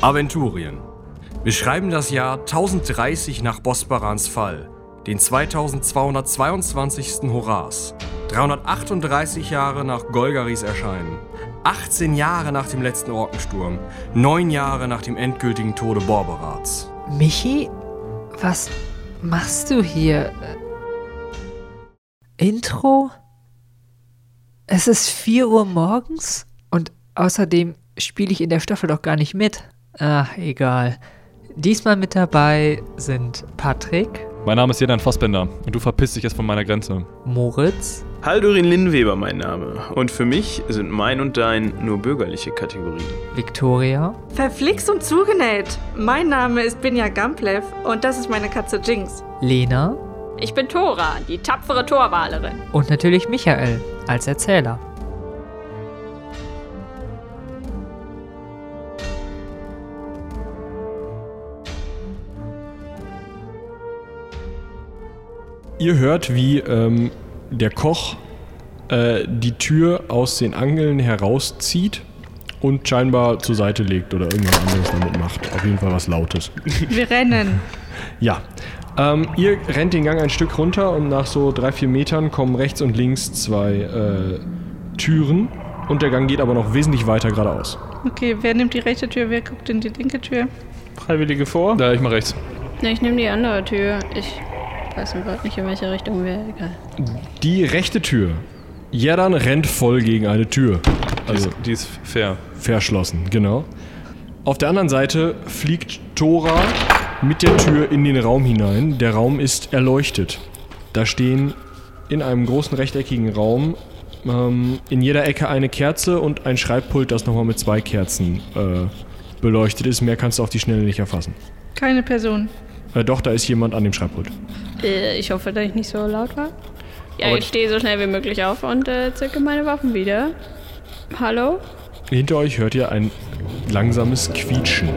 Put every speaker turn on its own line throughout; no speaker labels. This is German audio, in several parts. Aventurien. Wir schreiben das Jahr 1030 nach Bosbarans Fall, den 2222. Horas, 338 Jahre nach Golgaris Erscheinen, 18 Jahre nach dem letzten Orkensturm, 9 Jahre nach dem endgültigen Tode Borberats.
Michi, was machst du hier? Äh, Intro? Es ist 4 Uhr morgens und außerdem spiele ich in der Staffel doch gar nicht mit. Ach, egal. Diesmal mit dabei sind Patrick,
Mein Name ist Jedan Fassbender und du verpisst dich jetzt von meiner Grenze.
Moritz,
Haldurin Linnweber mein Name. Und für mich sind mein und dein nur bürgerliche Kategorien.
Victoria
Verflixt und zugenäht. Mein Name ist Binja Gamplev und das ist meine Katze Jinx.
Lena
Ich bin Tora, die tapfere Torwalerin.
und natürlich Michael als Erzähler.
Ihr hört, wie ähm, der Koch äh, die Tür aus den Angeln herauszieht und scheinbar zur Seite legt oder irgendwas anderes damit macht. Auf jeden Fall was Lautes.
Wir rennen.
Ja. Ähm, ihr rennt den Gang ein Stück runter und nach so drei, vier Metern kommen rechts und links zwei äh, Türen und der Gang geht aber noch wesentlich weiter geradeaus.
Okay, wer nimmt die rechte Tür, wer guckt in die linke Tür?
Freiwillige vor.
Ja, ich mach rechts.
Ne, ich nehme die andere Tür. Ich weiß im Gott nicht, in welche Richtung wir. Egal.
Die rechte Tür. Jerdan rennt voll gegen eine Tür.
Also,
Also
die ist fair.
Verschlossen, genau. Auf der anderen Seite fliegt Tora mit der Tür in den Raum hinein. Der Raum ist erleuchtet. Da stehen in einem großen rechteckigen Raum ähm, in jeder Ecke eine Kerze und ein Schreibpult, das nochmal mit zwei Kerzen äh, beleuchtet ist. Mehr kannst du auf die Schnelle nicht erfassen.
Keine Person.
Äh, doch, da ist jemand an dem Schreibpult.
Äh, Ich hoffe, dass ich nicht so laut war. Ja,
Aber-
ich stehe so schnell wie möglich auf und äh, zücke meine Waffen wieder. Hallo?
Hinter euch hört ihr ein langsames Quietschen.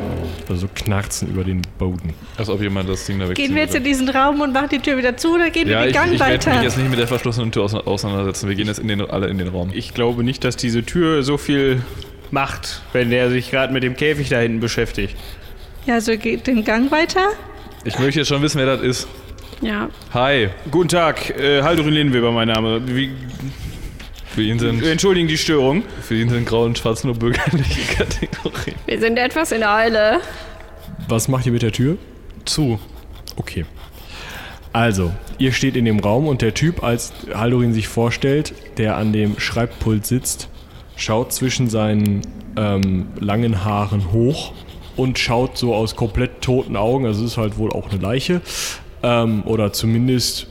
Also Knarzen über den Boden.
Als ob jemand das Ding da wegzieht.
Gehen wir jetzt in diesen Raum und machen die Tür wieder zu oder gehen
ja,
wir den
ich,
Gang
ich werde mich
weiter?
jetzt nicht mit der verschlossenen Tür ause- auseinandersetzen. Wir gehen jetzt in den, alle in den Raum.
Ich glaube nicht, dass diese Tür so viel macht, wenn der sich gerade mit dem Käfig da hinten beschäftigt.
Ja, so geht den Gang weiter.
Ich möchte jetzt schon wissen, wer das ist.
Ja.
Hi,
Guten Tag, äh, Haldurin Linnweber mein Name. Wie,
für ihn sind,
entschuldigen die Störung.
für ihn sind grau und schwarz nur bürgerliche Kategorien.
Wir sind etwas in Eile.
Was macht ihr mit der Tür? Zu. Okay. Also, ihr steht in dem Raum und der Typ, als Haldorin sich vorstellt, der an dem Schreibpult sitzt, schaut zwischen seinen ähm, langen Haaren hoch und schaut so aus komplett toten Augen, also es ist halt wohl auch eine Leiche, ähm, oder zumindest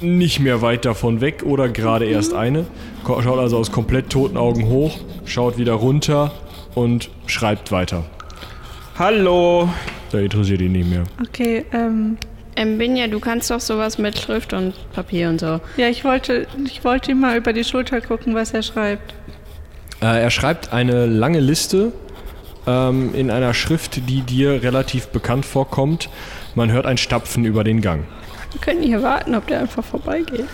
nicht mehr weit davon weg oder gerade erst eine. Ko- Schaut also aus komplett toten Augen hoch, schaut wieder runter und schreibt weiter.
Hallo.
Da interessiert ihn nicht mehr.
Okay, ähm,
Ähm, Binja, du kannst doch sowas mit Schrift und Papier und so.
ja, ich wollte, ich wollte ihm mal über die Schulter gucken, was er schreibt.
Äh, er schreibt eine lange Liste ähm, in einer Schrift, die dir relativ bekannt vorkommt. Man hört ein Stapfen über den Gang.
Wir können hier warten, ob der einfach vorbeigeht.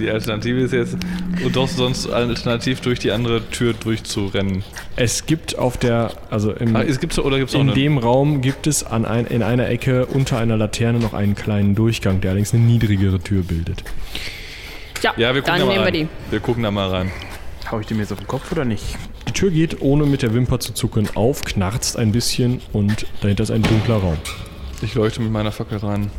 Die Alternative ist jetzt, und doch sonst alternativ durch die andere Tür durchzurennen.
Es gibt auf der, also im,
Ah, es gibt's, oder gibt's auch
in
eine?
dem Raum gibt es an ein, in einer Ecke unter einer Laterne noch einen kleinen Durchgang, der allerdings eine niedrigere Tür bildet.
ja, wir gucken
Dann
da mal
nehmen wir
rein.
die.
Wir gucken da mal rein.
Hau ich dem jetzt auf den Kopf oder nicht?
Die Tür geht ohne mit der Wimper zu zucken auf, knarzt ein bisschen und dahinter ist ein dunkler Raum.
Ich leuchte mit meiner Fackel rein.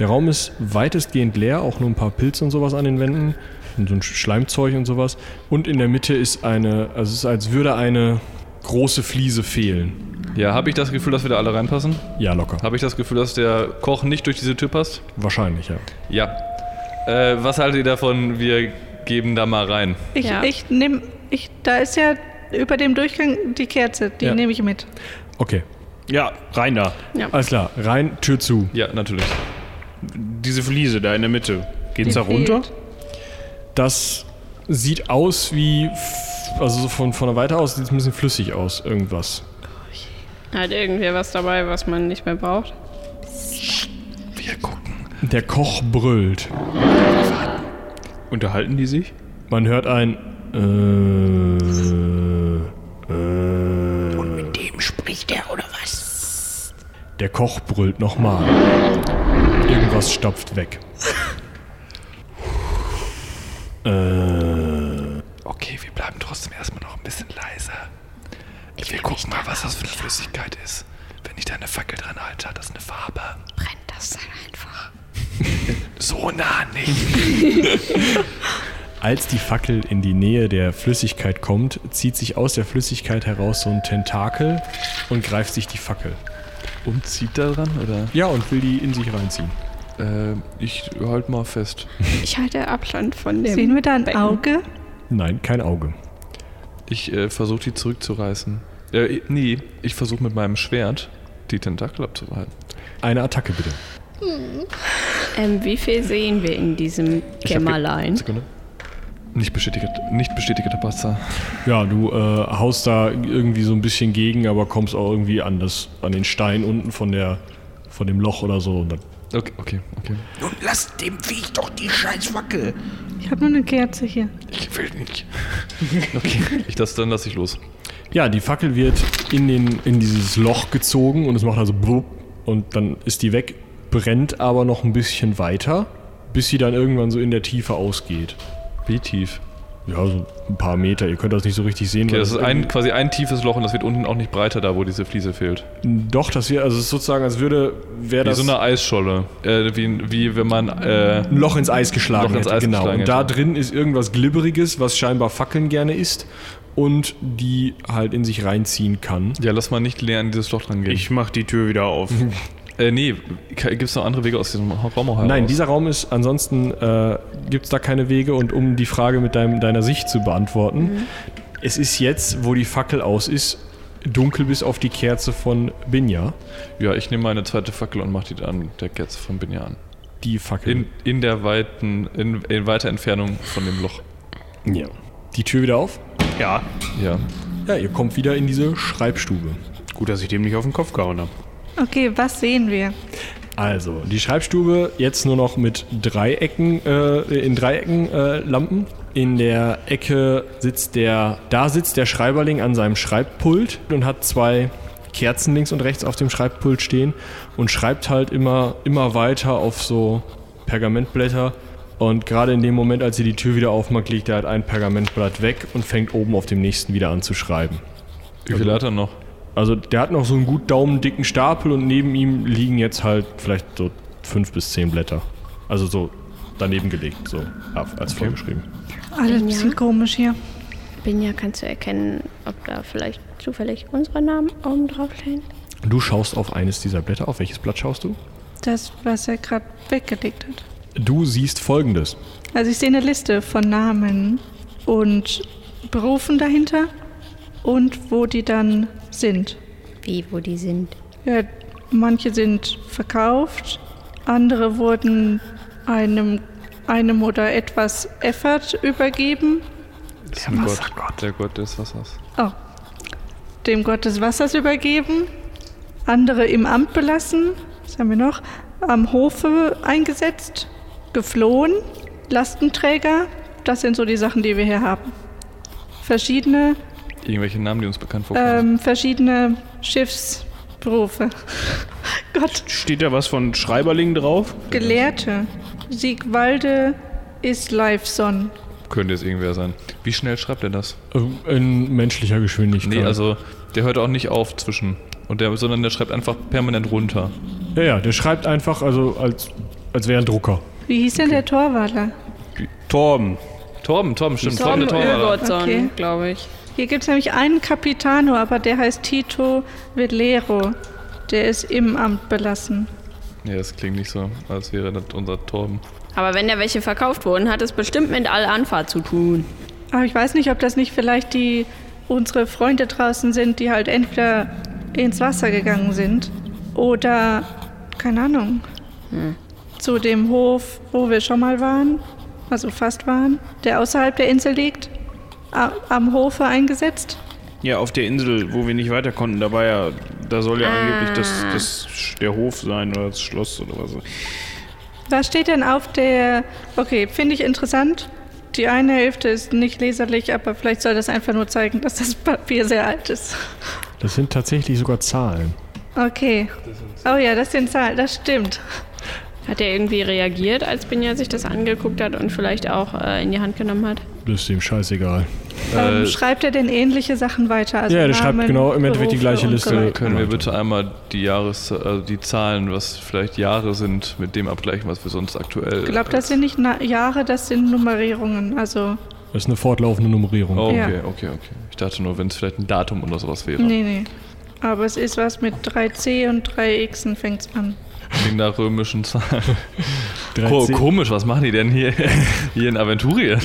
Der Raum ist weitestgehend leer, auch nur ein paar Pilze und sowas an den Wänden und so ein Sch- Schleimzeug und sowas. Und in der Mitte ist eine, also es ist, als würde eine große Fliese fehlen.
Ja, habe ich das Gefühl, dass wir da alle reinpassen?
Ja, locker.
Habe ich das Gefühl, dass der Koch nicht durch diese Tür passt?
Wahrscheinlich, ja.
Ja. Äh, was haltet ihr davon? Wir geben da mal rein.
Ich,
Ja.
ich nehme, ich, da ist ja über dem Durchgang die Kerze, die
Ja.
nehme ich mit.
Okay,
Ja, rein da.
alles klar. Rein, Tür zu.
Ja, natürlich.
Diese Fliese da in der Mitte. Geht's
Die
da runter?
fehlt.
Das sieht aus wie, f- also so von, von der Weite aus sieht es ein bisschen flüssig aus, irgendwas.
Hat irgendwer was dabei, was man nicht mehr braucht?
Der Koch brüllt.
Unterhalten die sich?
Man hört ein, äh, äh,
Dem spricht er oder was?
Der Koch brüllt nochmal. Irgendwas stopft weg.
Okay, wir bleiben trotzdem erstmal noch ein bisschen leise. Ich will gucken mal, was das für eine Flüssigkeit ist. Wenn ich da eine Fackel dran halte, hat das eine Farbe.
Brennt das dann einfach?
So nah nicht.
Als die Fackel in die Nähe der Flüssigkeit kommt, zieht sich aus der Flüssigkeit heraus so ein Tentakel und greift sich die Fackel.
Und zieht da dran, oder?
Ja, und will die in sich reinziehen.
Ähm, ich halt mal fest.
Ich halte Abstand von dem.
Sehen wir da ein
Becken.
Auge?
Nein, kein Auge.
Ich äh, versuche die zurückzureißen. Äh, nee, ich versuche mit meinem Schwert die Tentakel abzuhalten.
Eine Attacke bitte.
Ähm, wie viel sehen wir in diesem
Ich hab ge-
Hm?
Kämmerlein?
Sekunde. Nicht bestätigter, nicht bestätigter Patzer.
Ja, du äh, haust da irgendwie so ein bisschen gegen, aber kommst auch irgendwie an, das, an den Stein unten von, der, von dem Loch oder so. Und dann,
Okay, okay, okay.
Nun lasst dem Viech doch die Scheißwackel.
Ich habe nur eine Kerze hier.
Ich will nicht. okay, ich das, dann lasse ich los.
ja, die Fackel wird in, den, in dieses Loch gezogen und es macht also blub und dann ist die weg, brennt aber noch ein bisschen weiter, bis sie dann irgendwann so in der Tiefe ausgeht.
Wie tief?
Ja, so ein paar Meter. Ihr könnt das nicht so richtig sehen.
Okay,
weil
das ist
das
ein, quasi ein tiefes Loch und das wird unten auch nicht breiter, da wo diese Fliese fehlt.
irgendwie- Doch, das hier, also es ist sozusagen, als würde, wäre
Wie
das
so eine Eisscholle. Äh, wie, wie wenn man. Äh,
ein Loch ins Eis geschlagen
Loch ins
hätte.
Eis
genau.
geschlagen
und da
hätte.
drin ist irgendwas Glibberiges, was scheinbar Fackeln gerne isst und die halt in sich reinziehen kann.
ja, lass mal nicht leer in dieses Loch dran gehen.
Ich mach die Tür wieder auf.
äh, nee, gibt es noch andere Wege aus diesem Raum heraus?
Nein, dieser Raum ist, ansonsten äh, gibt es da keine Wege und um die Frage mit deinem, deiner Sicht zu beantworten, es ist jetzt, wo die Fackel aus ist, dunkel bis auf die Kerze von Binja,
Ja, ich nehme meine zweite Fackel und mache die an der Kerze von Binja an.
die Fackel.
In, in der weiten, in, in weiter Entfernung von dem Loch.
ja. Die Tür wieder auf.
Ja.
Ja.
Ja, ihr kommt wieder in diese Schreibstube.
Gut, dass ich dem nicht auf den Kopf gehauen habe.
Okay, was sehen wir?
Also, die Schreibstube jetzt nur noch mit Dreiecken, äh, in Dreiecken äh, Lampen. In der Ecke sitzt der, da sitzt der Schreiberling an seinem Schreibpult und hat zwei Kerzen links und rechts auf dem Schreibpult stehen und schreibt halt immer, immer weiter auf so Pergamentblätter. Und gerade in dem Moment, als sie die Tür wieder aufmacht, legt er halt ein Pergamentblatt weg und fängt oben auf dem nächsten wieder an zu schreiben.
Wie viel hat er noch?
Also der hat noch so einen gut daumendicken Stapel und neben ihm liegen jetzt halt vielleicht so fünf bis zehn Blätter. Also so daneben gelegt, so ja, als vorgeschrieben.
Alles ein bisschen
Ja.
komisch hier.
Binja, kannst du erkennen, ob da vielleicht zufällig unsere Namen oben drauf stehen?
Du schaust auf eines dieser Blätter. Auf welches Blatt schaust du?
Das, was er gerade weggelegt hat.
Du siehst folgendes.
Also ich sehe eine Liste von Namen und Berufen dahinter und wo die dann sind.
Wie, wo die sind?
Ja, manche sind verkauft, andere wurden einem, einem oder etwas Effort übergeben,
Ist ein Gott. Der Gott des Wassers.
oh, dem Gott des Wassers übergeben, andere im Amt belassen, was haben wir noch, am Hofe eingesetzt, geflohen, Lastenträger, das sind so die Sachen, die wir hier haben. Verschiedene,
Irgendwelche Namen, die uns bekannt vorkommen.
ähm, verschiedene Schiffsberufe. Gott.
Steht da was von Schreiberling drauf?
Gelehrte. Siegwalde ist Liveson.
Äh.
Könnte jetzt irgendwer sein. Wie schnell schreibt er das?
Ähm, In menschlicher Geschwindigkeit.
Nee, also der hört auch nicht auf zwischen. Und der, sondern der schreibt einfach permanent runter.
Ja, ja, der schreibt einfach, also als, als wäre ein Drucker.
Wie hieß denn der Torwaler?
Torben.
Torben, Torben, stimmt.
Torben
Torben, Torben. Torben.
Ölgottsson,
Okay.
glaube ich.
Hier gibt es nämlich einen Capitano, aber der heißt Tito Velero. Der ist im Amt belassen.
Nee, das klingt nicht so, als wäre das unser Torben.
Aber wenn da welche verkauft wurden, hat es bestimmt mit Al-Anfa zu tun.
Aber ich weiß nicht, ob das nicht vielleicht die unsere Freunde draußen sind, die halt entweder ins Wasser gegangen sind oder keine Ahnung. Zu dem Hof, wo wir schon mal waren, also fast waren, der außerhalb der Insel liegt, a- am Hofe eingesetzt.
Ja, auf der Insel, wo wir nicht weiter konnten, da war ja, da soll ja angeblich das, das, der Hof sein oder das Schloss oder was.
Was steht denn auf der. Okay, finde ich interessant. Die eine Hälfte ist nicht leserlich, aber vielleicht soll das einfach nur zeigen, dass das Papier sehr alt ist.
Das sind tatsächlich sogar Zahlen.
Okay. Oh ja, das sind Zahlen, das stimmt.
Hat er irgendwie reagiert, als Binja sich das angeguckt hat und vielleicht auch äh, in die Hand genommen hat?
Das ist ihm scheißegal.
Ähm, schreibt er denn ähnliche Sachen weiter? Also
Äh, Ja, der schreibt
Namen,
genau im Endeffekt die
Berufe
gleiche
und
Liste.
So weiter.
Können wir bitte einmal die Jahres, also die Zahlen, was vielleicht Jahre sind, mit dem abgleichen, was wir sonst aktuell.
Ich glaube, das sind nicht Na Jahre, das sind Nummerierungen. Also,
Das ist eine fortlaufende Nummerierung.
Oh, okay,
Ja.
okay, okay. Ich dachte nur, wenn es vielleicht ein Datum oder sowas wäre.
nee, nee. Aber es ist was mit 3C und 3Xen fängt's an.
Klingt nach römischen Zahlen. Oh,
13.
komisch, was machen die denn hier, hier in Aventurien?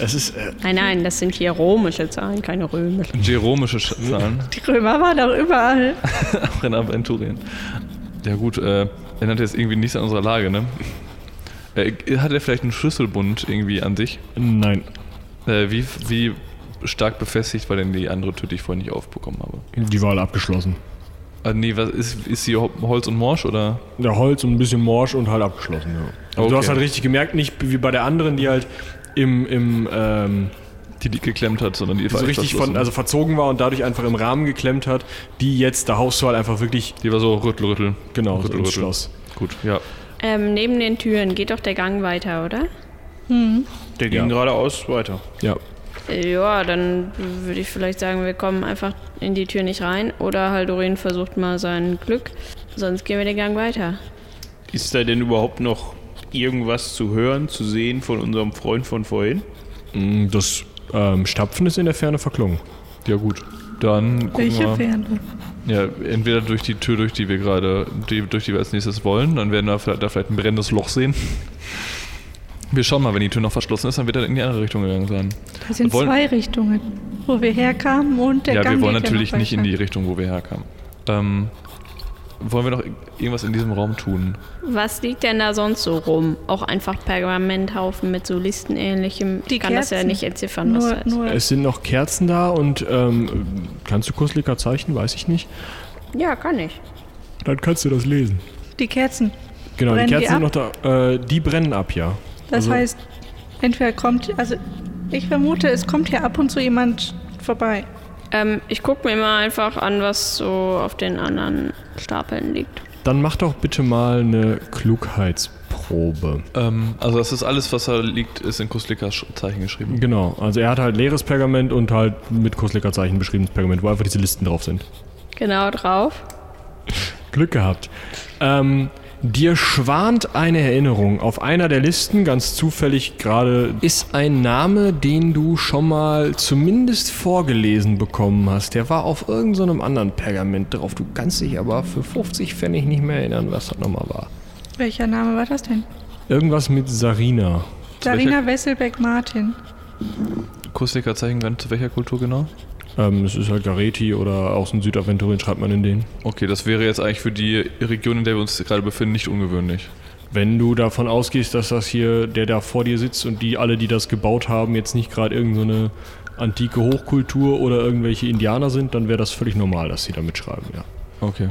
Es ist, äh,
Nein, nein, das sind hier römische Zahlen, keine römische.
Jeromische Sch- Zahlen
Die Römer waren doch überall.
auch in Aventurien. Ja gut, äh, ändert jetzt irgendwie nichts an unserer Lage, ne? Äh, hat er vielleicht einen Schlüsselbund irgendwie an sich?
nein.
Äh, wie, wie stark befestigt war denn die andere Tür, die ich vorhin nicht aufbekommen habe?
Die Wahl abgeschlossen.
Ah, nee, was ist, ist sie Ho- Holz und Morsch oder?
Ja, Holz und ein bisschen Morsch und halt abgeschlossen, ja. Also
Okay.
Du hast halt richtig gemerkt, nicht wie bei der anderen, die halt im, im ähm,
Die die geklemmt hat, sondern die war
so
etwas
richtig
los,
von,
ne?
also verzogen war und dadurch einfach im Rahmen geklemmt hat, die jetzt, da haust du halt einfach wirklich
die war so rüttel, rüttel.
genau so
rüttel,
ins
rüttel.
Schloss.
Gut, ja.
Ähm, neben den Türen geht doch der Gang weiter, oder?
Der ging
Ja.
geradeaus weiter.
Ja.
Ja, dann würde ich vielleicht sagen, wir kommen einfach in die Tür nicht rein. Oder Haldorin versucht mal sein Glück. Sonst gehen wir den Gang weiter.
Ist da denn überhaupt noch irgendwas zu hören, zu sehen von unserem Freund von vorhin?
Mm, Das ähm, Stapfen ist in der Ferne verklungen.
Ja gut. Dann gucken
Welche
wir.
Ferne?
Ja, entweder durch die Tür, durch die wir gerade, die, durch die wir als nächstes wollen, dann werden wir vielleicht, da vielleicht ein brennendes Loch sehen. Wir schauen mal, wenn die Tür noch verschlossen ist, dann wird er in die andere Richtung gegangen sein.
Das sind
Wollen-
zwei Richtungen. Wo wir herkamen und der
ja,
Gang
wir wollen
geht ja
natürlich
noch
nicht in die
weiter.
Richtung, wo wir herkamen. Ähm, wollen wir noch ir- irgendwas in diesem Raum tun?
Was liegt denn da sonst so rum? Auch einfach Pergamenthaufen mit so Listenähnlichem. Ich
Die
kann das ja
Kerzen.
nicht entziffern, was da ist.
Nur, nur
Es sind noch Kerzen da und ähm, kannst du Kuslika zeichnen? Weiß ich nicht.
Ja, kann ich.
Dann kannst du das lesen.
die Kerzen.
Genau,
Brennen
die
die
Kerzen sind noch
ab?
da. Äh, die brennen ab, ja.
Das
Also-
heißt, entweder kommt, also ich vermute, es kommt hier ab und zu jemand vorbei.
Ähm, ich gucke mir mal einfach an, was so auf den anderen Stapeln liegt.
Dann mach doch bitte mal eine Klugheitsprobe.
Ähm, also das ist alles, was da liegt, ist in Kuslikas Zeichen geschrieben.
Genau, also er hat halt leeres Pergament und halt mit Kursleckerzeichen beschriebenes Pergament, wo einfach diese Listen drauf sind.
Genau drauf.
Glück gehabt. Ähm, dir schwant eine Erinnerung. Auf einer der Listen, ganz zufällig gerade, ist ein Name, den du schon mal zumindest vorgelesen bekommen hast. Der war auf irgendeinem so einem anderen Pergament drauf. Du kannst dich aber für 50 Pfennig nicht mehr erinnern, was das nochmal war.
Welcher Name war das denn?
Irgendwas mit Sarina.
Sarina Wesselbeck-Martin.
Kuslika Zeichen gehören zu welcher Kultur genau?
Ähm, es ist halt Gareti oder aus den Südaventurien schreibt man in denen.
Okay, das wäre jetzt eigentlich für die Region, in der wir uns gerade befinden, nicht ungewöhnlich.
Wenn du davon ausgehst, dass das hier, der da vor dir sitzt und die alle, die das gebaut haben, jetzt nicht gerade irgendeine so eine antike Hochkultur oder irgendwelche Indianer sind, dann wäre das völlig normal, dass sie da mitschreiben, ja.
Okay.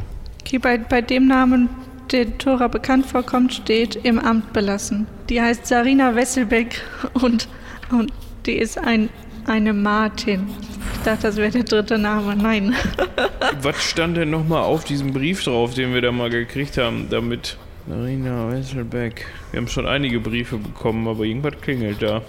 Die bei, bei dem Namen, der Tora bekannt vorkommt, steht im Amt belassen. Die heißt Sarina Wesselbeck und, und die ist ein, eine Martin. Ich dachte, das wäre der dritte Name. Nein.
Was stand denn nochmal auf diesem Brief drauf, den wir da mal gekriegt haben, damit. Marina Wesselbeck. Wir haben schon einige Briefe bekommen, aber irgendwas klingelt da.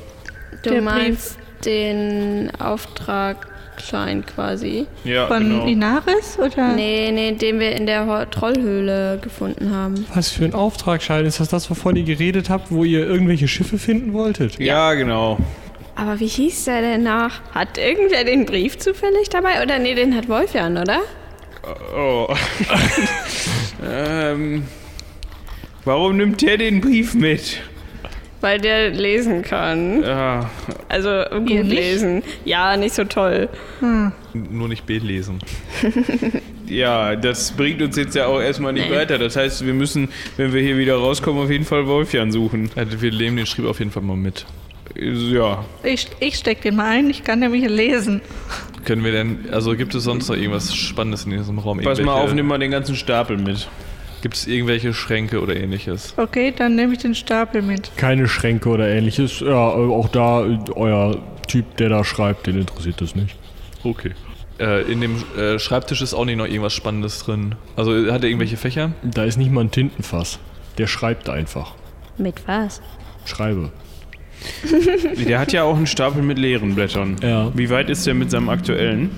Du
Der
meinst den Auftragschein quasi?
Ja,
Von
genau.
Inaris? Oder?
Nee, nee, den wir in der Ho Trollhöhle gefunden haben.
Was für ein Auftragschein ist das, das, wovon ihr geredet habt, wo ihr irgendwelche Schiffe finden wolltet?
Ja, genau.
Aber wie hieß der denn nach? Hat irgendwer den Brief zufällig dabei? Oder nee, den hat Wolfjan, oder?
Oh. ähm. Warum nimmt der den Brief mit?
Weil der lesen kann.
Ah,
Also gut
Ihr nicht?
lesen. Ja, nicht so toll.
Nur nicht B lesen.
ja, das bringt uns jetzt ja auch erstmal nicht weiter. Das heißt, wir müssen, wenn wir hier wieder rauskommen, auf jeden Fall Wolfjan suchen.
Also wir nehmen den Schrieb auf jeden Fall mal mit.
Ja.
Ich, ich stecke den mal ein, ich kann nämlich lesen.
Können wir denn, also gibt es sonst noch irgendwas Spannendes in diesem Raum?
Pass mal auf,
Irgendwelche-
nimm mal den ganzen Stapel mit.
Gibt es irgendwelche Schränke oder ähnliches?
Okay, dann nehme ich den Stapel mit.
Keine Schränke oder ähnliches. Ja, äh, auch da, äh, euer Typ, der da schreibt, den interessiert das nicht.
Okay. Äh, in dem äh, Schreibtisch ist auch nicht noch irgendwas Spannendes drin. Also äh, hat er irgendwelche Fächer?
Da ist nicht mal ein Tintenfass. Der schreibt einfach.
Mit was?
Schreibe.
Der hat ja auch einen Stapel mit leeren Blättern.
Ja.
Wie weit ist der mit seinem aktuellen?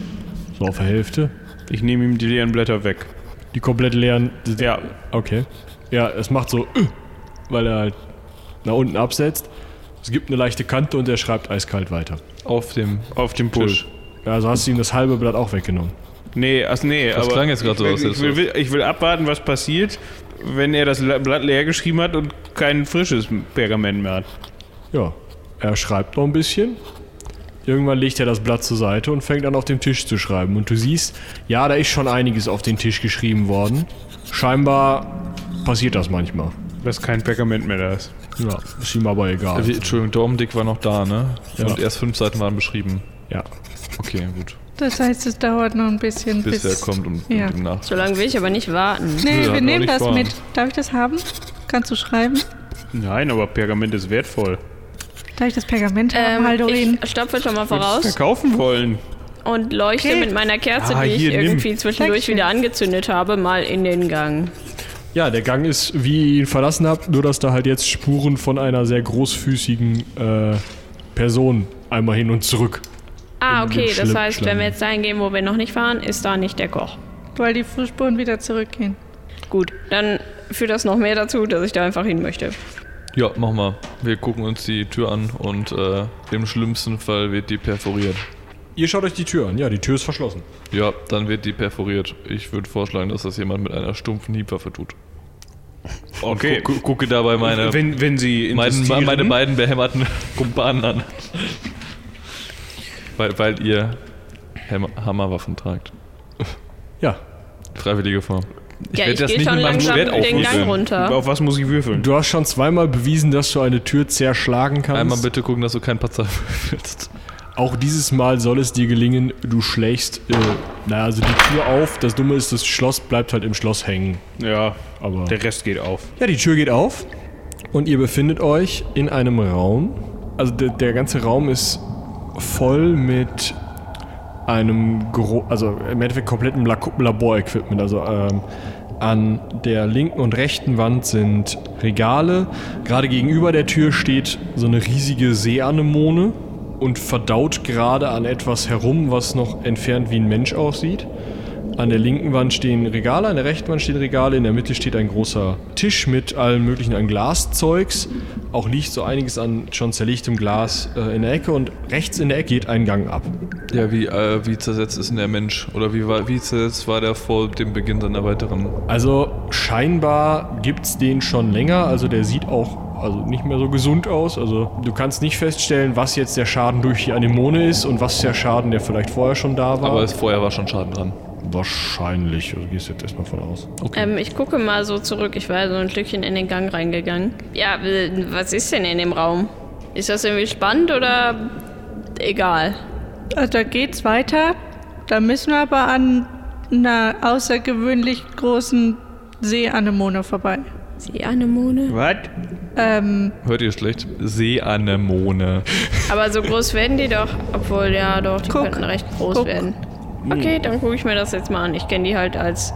So auf der Hälfte.
Ich nehme ihm die leeren Blätter weg.
Die komplett leeren.
Ja.
Okay. Ja, es macht so, äh, weil er halt nach unten absetzt. Es gibt eine leichte Kante und er schreibt eiskalt weiter.
Auf dem.
Auf dem Pult.
Tisch.
Ja, also hast du ihm das halbe Blatt auch weggenommen.
Nee, ach nee,
Das
aber.
klang jetzt gerade so, als
ich, will, ich,
hättest du
will, ich will abwarten, was passiert, wenn er das Le- Blatt leer geschrieben hat und kein frisches Pergament mehr hat.
Ja, er schreibt noch ein bisschen. Irgendwann legt er das Blatt zur Seite und fängt an, auf dem Tisch zu schreiben. Und du siehst, ja, da ist schon einiges auf den Tisch geschrieben worden. Scheinbar passiert das manchmal.
Dass kein Pergament mehr da ist.
Ja, ist ihm aber egal.
Wie, Entschuldigung, Dormdick war noch da, ne?
Ja.
Und erst fünf Seiten waren beschrieben.
Ja,
Okay, gut.
Das heißt, es dauert noch ein bisschen,
Bis,
bis...
er kommt und,
ja.
und ihm nach.
So lange will ich aber nicht warten.
Nö,
Nee,
hat noch
wir nehmen
nicht
das
vor.
mit. Darf ich das haben? Kannst du schreiben?
Nein, aber Pergament ist wertvoll.
Darf ich das Pergament haben, Haldorin?
Ähm, ich stapfe schon mal
Würdest du
voraus
verkaufen wollen.
und leuchte
Okay.
mit meiner Kerze,
Ah,
die ich
hier, nimm.
irgendwie zwischendurch
Dankeschön.
wieder angezündet habe, mal in den Gang.
Ja, der Gang ist, wie ihr ihn verlassen habt, nur dass da halt jetzt Spuren von einer sehr großfüßigen äh, Person einmal hin und zurück.
Ah,
In den
okay, das
Schlipp-
heißt, wenn
Schlangen.
wir jetzt dahin gehen, wo wir noch nicht waren, ist da nicht der Koch.
Weil die Fußspuren wieder zurückgehen.
Gut, dann führt das noch mehr dazu, dass ich da einfach hin möchte.
Ja, mach mal. Wir gucken uns die Tür an und äh, im schlimmsten Fall wird die perforiert.
Ihr schaut euch die Tür an. Ja, die Tür ist verschlossen.
Ja, dann wird die perforiert. Ich würde vorschlagen, dass das jemand mit einer stumpfen Hiebwaffe tut. Und
Okay.
gu- gu- gucke dabei meine,
wenn, wenn sie
meinen-
insistieren-
meine beiden behämmerten Kumpanen an. weil, weil ihr Häm Hammerwaffen tragt.
Ja,
Freiwillige Form.
ja,
werd
ich
das
gehe
nicht
schon
mit meinem
langsam
Schwert
den Gang
aufwürfeln.
runter.
Auf was muss ich würfeln?
du hast schon zweimal bewiesen, dass du eine Tür zerschlagen kannst.
Einmal bitte gucken, dass du keinen Patzer willst.
Auch dieses Mal soll es dir gelingen, du schlägst, äh, naja, also die Tür auf. Das Dumme ist, das Schloss bleibt halt im Schloss hängen.
Ja,
Aber
der Rest geht auf.
Ja, die Tür geht auf und ihr befindet euch in einem Raum. Also der, der ganze Raum ist voll mit einem, gro also im Endeffekt komplettem Lak- Laborequipment. Also ähm, an der linken und rechten Wand sind Regale. Gerade gegenüber der Tür steht so eine riesige Seeanemone und verdaut gerade an etwas herum, was noch entfernt wie ein Mensch aussieht. An der linken Wand stehen Regale, an der rechten Wand stehen Regale, in der Mitte steht ein großer Tisch mit allen möglichen an Glaszeugs. Auch liegt so einiges an schon zerlegtem Glas äh, in der Ecke und rechts in der Ecke geht ein Gang ab.
Ja, wie, äh, wie zersetzt ist denn der Mensch? Oder wie, war, wie zersetzt war der vor dem Beginn seiner weiteren
Also scheinbar gibt's den schon länger, also der sieht auch also nicht mehr so gesund aus. Also du kannst nicht feststellen, was jetzt der Schaden durch die Anemone ist und was der Schaden, der vielleicht vorher schon da war.
Aber es vorher war schon Schaden dran.
wahrscheinlich, also gehst jetzt erstmal von aus.
Ähm, ich gucke mal so zurück. Ich war so ein Stückchen in den Gang reingegangen. Ja, äh, was ist denn in dem Raum? Ist das irgendwie spannend oder egal?
Also da geht's weiter. Da müssen wir aber an einer außergewöhnlich großen Seeanemone vorbei.
Die Anemone.
Was?
Ähm,
Hört ihr schlecht? Seeanemone.
Aber so groß werden die doch. Obwohl, ja, doch, die
Guck.
könnten recht groß
Guck.
werden. Okay, dann gucke ich mir das jetzt mal an. Ich kenne die halt als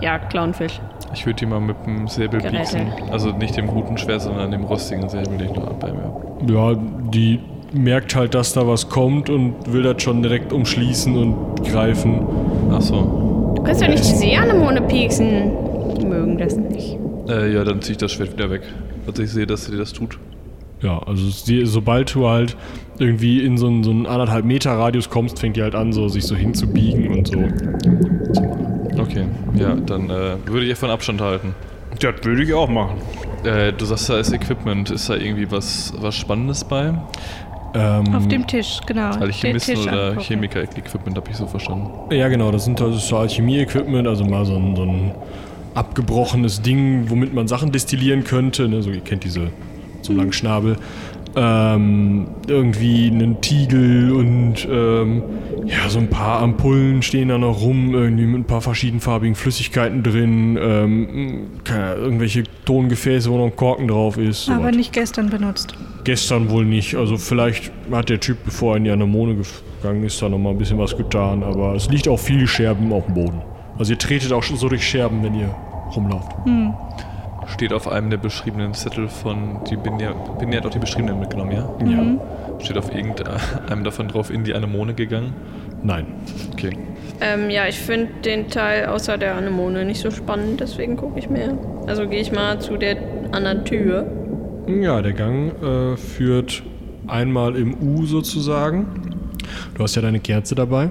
Jagdclownfisch.
Ich würde die mal mit dem Säbel
Gerettet.
pieksen. Also nicht dem guten Schwert, sondern dem rostigen Säbel, den ich noch bei mir habe.
Ja, die merkt halt, dass da was kommt und will das schon direkt umschließen und greifen.
Achso.
Du kannst doch nicht die Seeanemone pieksen. Die mögen das nicht.
Äh, ja, dann ziehe ich das Schwert wieder weg. Also ich sehe, dass sie das tut.
Ja, also sie, sobald du halt irgendwie in so einen, so einen anderthalb Meter Radius kommst, fängt die halt an, so sich so hinzubiegen und so.
Okay. Ja, dann äh, würde ich von Abstand halten.
Das würde ich auch machen.
Äh, du sagst, da ist Equipment. Ist da irgendwie was, was Spannendes bei?
Ähm,
auf dem Tisch, genau.
Alchemisten oder
angucken.
Chemiker-Equipment habe ich so verstanden.
ja, genau, das sind also so Alchemie-Equipment, also mal so ein, so ein abgebrochenes Ding, womit man Sachen destillieren könnte. Ne? So, ihr kennt diese zum langen Schnabel. Ähm, irgendwie einen Tiegel und ähm, ja, so ein paar Ampullen stehen da noch rum, irgendwie mit ein paar verschiedenfarbigen Flüssigkeiten drin, ähm, keine, Ahnung, irgendwelche Tongefäße, wo noch ein Korken drauf ist.
Aber
sowas.
nicht gestern benutzt.
gestern wohl nicht. Also vielleicht hat der Typ, bevor er in die Anemone gegangen ist, da nochmal ein bisschen was getan. Aber es liegt auch viel Scherben auf dem Boden. Also ihr tretet auch schon so durch Scherben, wenn ihr rumlauft.
Steht auf einem der beschriebenen Zettel von. Die Binja, Binja hat auch die beschriebenen mitgenommen, ja? Ja. Steht auf irgendeinem davon drauf, in die Anemone gegangen.
Nein.
Okay.
Ähm, ja, ich finde den Teil außer der Anemone nicht so spannend, deswegen gucke ich mir. Also gehe ich mal zu der anderen Tür.
Ja, der Gang äh, führt einmal im U sozusagen. Du hast ja deine Kerze dabei.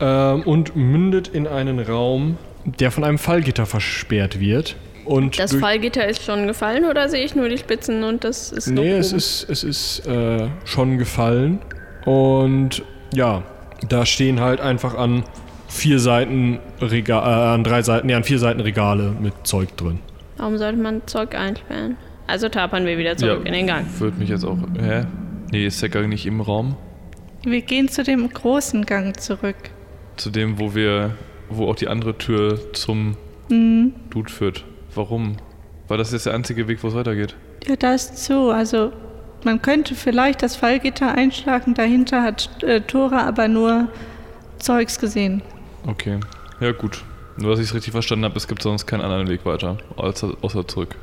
Ähm, und mündet in einen Raum, der von einem Fallgitter versperrt wird. Und
Das
durch-
Fallgitter ist schon gefallen oder sehe ich nur die Spitzen und das ist noch
Nee, es
oben?
ist, es ist äh, schon gefallen. Und ja, da stehen halt einfach an vier Seiten Rega äh, an drei Seiten, nee, an vier Seiten Regale mit Zeug drin.
Warum sollte man Zeug einsperren? Also tapern wir wieder zurück in den Gang.
Würde mich jetzt auch. Hä? Nee, ist der Gang nicht im Raum?
Wir gehen zu dem großen Gang zurück.
Zu dem, wo wir. Wo auch die andere Tür zum Dude führt. Warum? War das jetzt der einzige Weg, wo es weitergeht?
Ja, da ist zu. Also man könnte vielleicht das Fallgitter einschlagen. Dahinter hat äh, Tora aber nur Zeugs gesehen.
Okay. Ja, gut. Nur, dass ich es richtig verstanden habe, es gibt sonst keinen anderen Weg weiter, außer, außer zurück.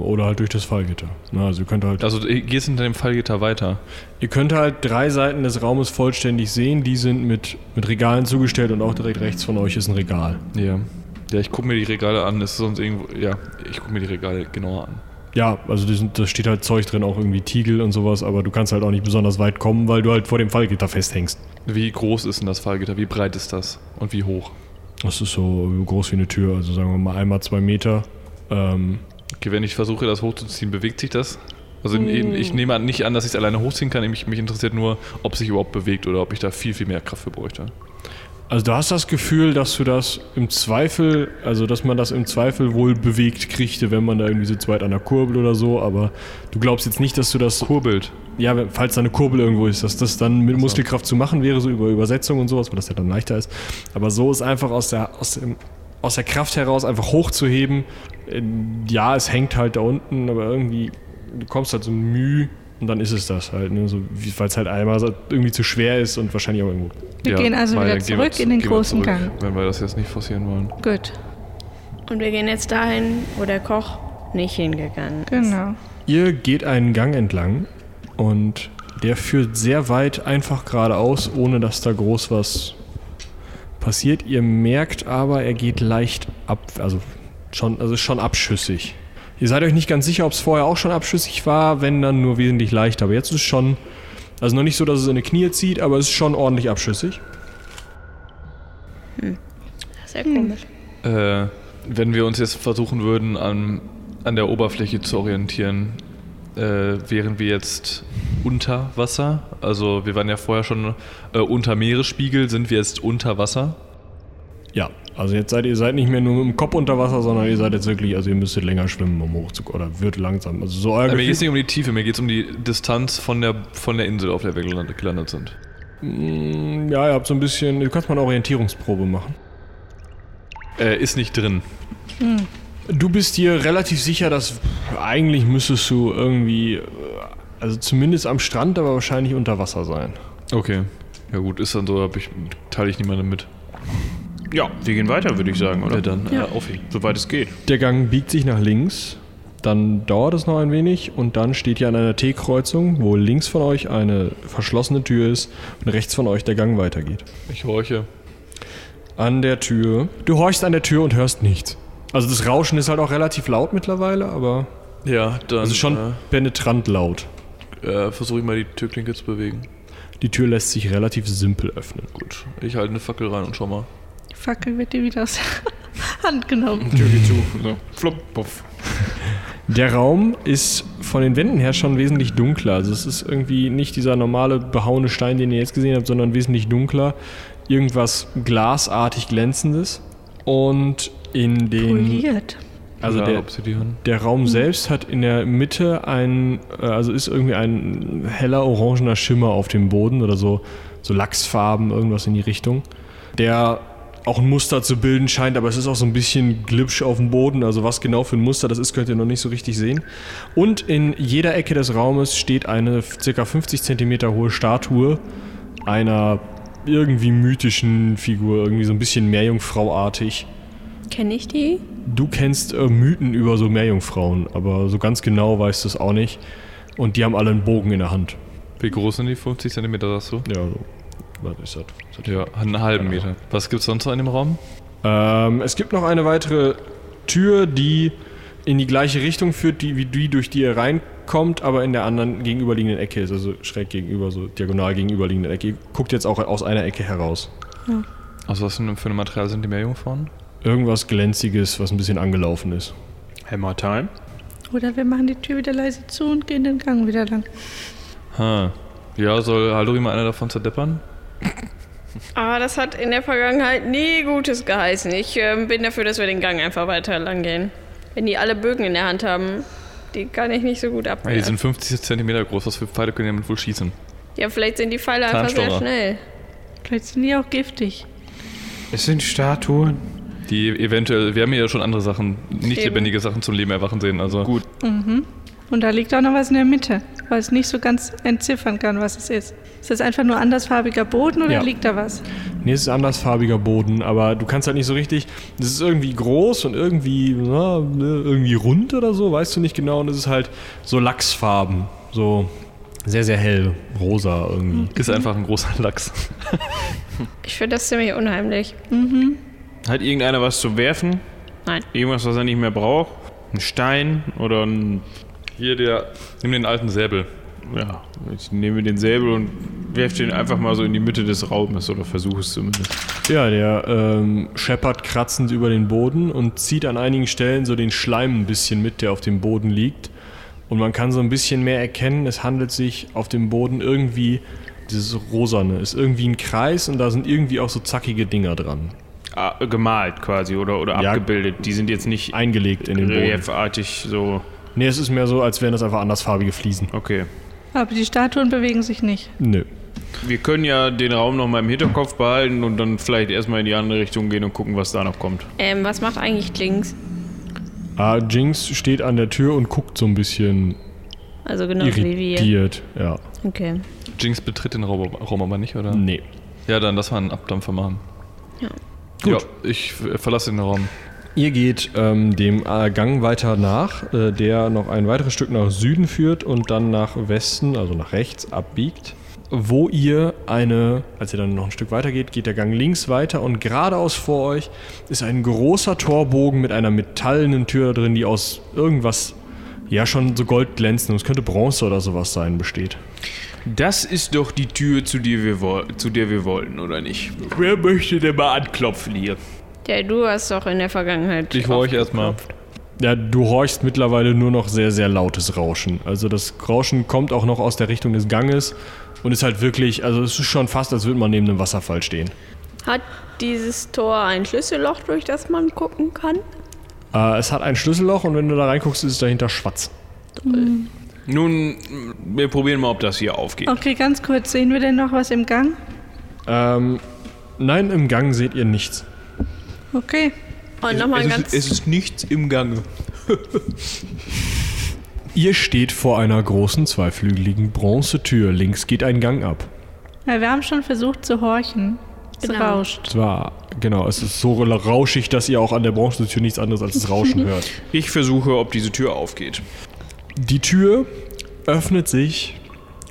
Oder halt durch das Fallgitter. Na, also ihr könnt halt.
Also, ihr gehst hinter dem Fallgitter weiter.
Ihr könnt halt drei Seiten des Raumes vollständig sehen, die sind mit, mit Regalen zugestellt und auch direkt rechts von euch ist ein Regal.
Ja. Ja, ich gucke mir die Regale an. Ist sonst irgendwo. Ja, ich gucke mir die Regale genauer an.
Ja, also da sind- da steht halt Zeug drin, auch irgendwie Tiegel und sowas, aber du kannst halt auch nicht besonders weit kommen, weil du halt vor dem Fallgitter festhängst.
Wie groß ist denn das Fallgitter? Wie breit ist das? Und wie hoch?
Das ist so groß wie eine Tür, also sagen wir mal einmal zwei Meter. Ähm,
Okay, wenn ich versuche, das hochzuziehen, bewegt sich das? Also
Mm.
ich nehme an- nicht an, dass ich es alleine hochziehen kann. Mich, mich interessiert nur, ob es sich überhaupt bewegt oder ob ich da viel, viel mehr Kraft für bräuchte.
also du hast das Gefühl, dass du das im Zweifel, also dass man das im Zweifel wohl bewegt kriegte, wenn man da irgendwie so zweit an der Kurbel oder so, aber du glaubst jetzt nicht, dass du das...
Kurbelt.
Ja, wenn- falls da eine Kurbel irgendwo ist, dass das dann mit Muskelkraft zu machen wäre, so über Übersetzung und sowas, weil das ja dann leichter ist. Aber so ist einfach aus der, aus, dem, aus der Kraft heraus einfach hochzuheben. äh, Ja, es hängt halt da unten, aber irgendwie, du kommst halt so Mühe und dann ist es das halt, ne? so, weil es halt einmal so irgendwie zu schwer ist und wahrscheinlich auch irgendwo.
Wir gehen also
weil
wieder
dann gehen wir
zurück
zu-
in den
gehen wir
großen
zurück,
Gang.
Wenn wir das jetzt nicht forcieren wollen.
Gut,
Und wir gehen jetzt dahin, wo der Koch nicht hingegangen ist.
genau.
Ihr geht einen Gang entlang und der führt sehr weit einfach geradeaus, ohne dass da groß was passiert. Ihr merkt aber, er geht leicht ab, also schon, also ist schon abschüssig. Ihr seid euch nicht ganz sicher, ob es vorher auch schon abschüssig war, wenn dann nur wesentlich leichter. Aber jetzt ist es schon, also noch nicht so, dass es in die Knie zieht, aber es ist schon ordentlich abschüssig.
Sehr komisch.
Hm.
Äh, wenn wir uns jetzt versuchen würden, an, an der Oberfläche zu orientieren, äh, wären wir jetzt unter Wasser? Also wir waren ja vorher schon äh, unter Meeresspiegel, sind wir jetzt unter Wasser?
Ja, also jetzt seid ihr seid nicht mehr nur mit dem Kopf unter Wasser, sondern ihr seid jetzt wirklich, also ihr müsstet länger schwimmen, um hochzukommen. Oder wird langsam. Also so euer
Äh, mir
Gefühl-
geht es nicht um die Tiefe, mir geht es um die Distanz von der, von der Insel, auf der wir gelandet, gelandet sind.
Ja, ihr habt so ein bisschen. Du kannst mal eine Orientierungsprobe machen.
Äh, ist nicht drin.
Du bist dir relativ sicher, dass eigentlich müsstest du irgendwie. äh, Also zumindest am Strand, aber wahrscheinlich unter Wasser sein.
Okay. Ja gut, ist dann so, hab ich, teile ich niemandem mit.
Ja, wir gehen weiter, würde ich sagen, oder?
Ja, dann
Ja.
Äh, aufheben.
Soweit es geht.
Der Gang biegt sich nach links. Dann dauert es noch ein wenig und dann steht ihr an einer T-Kreuzung, wo links von euch eine verschlossene Tür ist und rechts von euch der Gang weitergeht.
Ich horche.
An der Tür. Du horchst an der Tür und hörst nichts. Also das Rauschen ist halt auch relativ laut mittlerweile, aber
Ja, dann
also schon penetrant laut.
äh, äh, versuche ich mal die Türklinke zu bewegen.
Die Tür lässt sich relativ simpel öffnen.
Gut, ich halte eine Fackel rein und schau mal.
Die Fackel wird dir wieder aus der Hand genommen.
Tür geht zu. So. Flop, puff.
Der Raum ist von den Wänden her schon wesentlich dunkler. Also es ist irgendwie nicht dieser normale behauene Stein, den ihr jetzt gesehen habt, sondern wesentlich dunkler. Irgendwas glasartig glänzendes. Und in den...
Poliert.
Also
ja,
der,
Obsidian.
der Raum selbst hat in der Mitte ein... äh, Also ist irgendwie ein heller orangener Schimmer auf dem Boden oder so. So Lachsfarben, irgendwas in die Richtung. Der auch ein Muster zu bilden scheint, aber es ist auch so ein bisschen glitsch auf dem Boden. Also was genau für ein Muster das ist, könnt ihr noch nicht so richtig sehen. Und in jeder Ecke des Raumes steht eine ca. 50 cm hohe Statue einer irgendwie mythischen Figur, irgendwie so ein bisschen Meerjungfrauartig.
Kenne ich die?
Du kennst äh, Mythen über so Meerjungfrauen, aber so ganz genau weißt du es auch nicht. Und die haben alle einen Bogen in der Hand.
Wie groß sind die? 50 cm, sagst du?
Ja, so. Was ist das?
Ja, einen halben Meter. Was gibt's sonst noch in dem Raum?
Ähm, es gibt noch eine weitere Tür, die in die gleiche Richtung führt, die, wie die, durch die ihr reinkommt, aber in der anderen gegenüberliegenden Ecke ist, also schräg gegenüber, so diagonal gegenüberliegenden Ecke. Ihr Guckt jetzt auch aus einer Ecke heraus.
Aus was für einem für einem Material sind die Meerjungfrauen?
Irgendwas Glänziges, was ein bisschen angelaufen ist.
Hammer Time.
Oder wir machen die Tür wieder leise zu und gehen den Gang wieder lang.
Ha. Ja, soll Haldorim mal einer davon zerdeppern?
Aber Ah, das hat in der Vergangenheit nie Gutes geheißen. Ich ähm, bin dafür, dass wir den Gang einfach weiter lang gehen. Wenn die alle Bögen in der Hand haben, die kann ich nicht so gut
Ja, die
abwehren.
sind 50 cm groß. Was für Pfeile können die damit wohl schießen?
Ja, vielleicht sind die Pfeile einfach sehr
Tarnstocher.
schnell.
Vielleicht sind die auch giftig.
Es sind Statuen.
Die eventuell, wir haben hier ja schon andere Sachen, nicht
Eben.
lebendige Sachen zum Leben erwachen sehen. Also
Gut.
Und da liegt auch noch was in der Mitte, weil es nicht so ganz entziffern kann, was es ist. Ist das einfach nur andersfarbiger Boden oder
Ja.
liegt da was?
Nee, es ist andersfarbiger Boden, aber du kannst halt nicht so richtig. Das ist irgendwie groß und irgendwie, na, ne, irgendwie rund oder so, weißt du nicht genau. Und es ist halt so Lachsfarben. So sehr, sehr hell, rosa irgendwie.
ist einfach ein großer Lachs.
Ich finde das ziemlich unheimlich.
Hat irgendeiner was zu werfen?
Nein.
Irgendwas, was er nicht mehr braucht? Ein Stein oder ein.
Hier der. Nimm den alten Säbel.
Ja, ich nehme den Säbel und werf den einfach mal so in die Mitte des Raumes oder versuche es zumindest.
Ja, der ähm, scheppert kratzend über den Boden und zieht an einigen Stellen so den Schleim ein bisschen mit, der auf dem Boden liegt. Und man kann so ein bisschen mehr erkennen, es handelt sich auf dem Boden irgendwie, dieses Rosane, ist irgendwie ein Kreis und da sind irgendwie auch so zackige Dinger dran.
Ah, gemalt quasi oder, oder
Ja.
abgebildet. Die sind jetzt nicht
Eingelegt
Äh,
in den Boden.
reliefartig so.
Nee, es ist mehr so, als wären das einfach andersfarbige Fliesen.
Okay.
Aber die Statuen bewegen sich nicht.
Nö.
Wir können ja den Raum nochmal im Hinterkopf behalten und dann vielleicht erstmal in die andere Richtung gehen und gucken, was da noch kommt.
Ähm, was macht eigentlich Klings?
Ah, Jinx steht an der Tür und guckt so ein bisschen
Also genau wie wir.
irritiert. Ja.
Okay.
Jinx betritt den Raum, Raum aber nicht, oder?
Hm.
Nee.
Ja, dann lass mal einen Abdampfer machen.
Ja.
Gut. Ja, ich äh, verlasse den Raum.
Ihr geht ähm, dem äh, Gang weiter nach, äh, der noch ein weiteres Stück nach Süden führt und dann nach Westen, also nach rechts, abbiegt. Wo ihr eine, als ihr dann noch ein Stück weiter geht, geht der Gang links weiter und geradeaus vor euch ist ein großer Torbogen mit einer metallenen Tür da drin, die aus irgendwas, ja schon so goldglänzend, es könnte Bronze oder sowas sein, besteht.
Das ist doch die Tür, zu der wir, woll- zu der wir wollten, oder nicht? Wer möchte denn mal anklopfen hier?
Ja, du hast doch in der Vergangenheit.
Ich hole euch erstmal.
Ja, du horchst mittlerweile nur noch sehr, sehr lautes Rauschen. Also das Rauschen kommt auch noch aus der Richtung des Ganges und ist halt wirklich, also es ist schon fast, als würde man neben einem Wasserfall stehen.
Hat dieses Tor ein Schlüsselloch, durch das man gucken kann?
Äh, es hat ein Schlüsselloch und wenn du da reinguckst, ist es dahinter schwarz.
Nun, wir probieren mal, ob das hier aufgeht.
Okay, ganz kurz, sehen wir denn noch was im Gang?
Ähm, nein, im Gang seht ihr nichts.
Okay.
Und nochmal ein ganz.
ist nichts im Gange.
Ihr steht vor einer großen zweiflügeligen Bronzetür. Links geht ein Gang ab.
Na, wir haben schon versucht zu horchen. Es
Genau.
rauscht.
Zwar, genau, es ist so rauschig, dass ihr auch an der Bronzetür nichts anderes als das Rauschen hört.
Ich versuche, ob diese Tür aufgeht.
Die Tür öffnet sich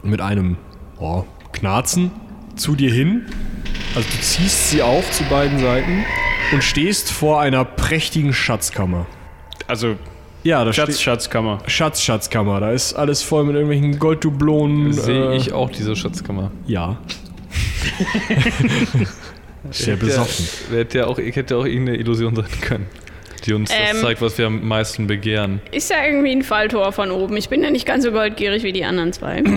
mit einem oh, Knarzen zu dir hin. Also du ziehst sie auf zu beiden Seiten und stehst vor einer prächtigen Schatzkammer.
Also,
Ja, da
Schatz,
steht
Schatzkammer.
Schatz, Schatzkammer. Da ist alles voll mit irgendwelchen Golddublonen.
Sehe
äh,
ich auch diese Schatzkammer.
Ja. Sehr besoffen.
Ja, hätte ja auch, hätte auch irgendeine Illusion sein können, die uns
Ähm.
das zeigt, was wir am meisten begehren.
Ist ja irgendwie ein Falltor von oben. Ich bin ja nicht ganz so goldgierig wie die anderen zwei.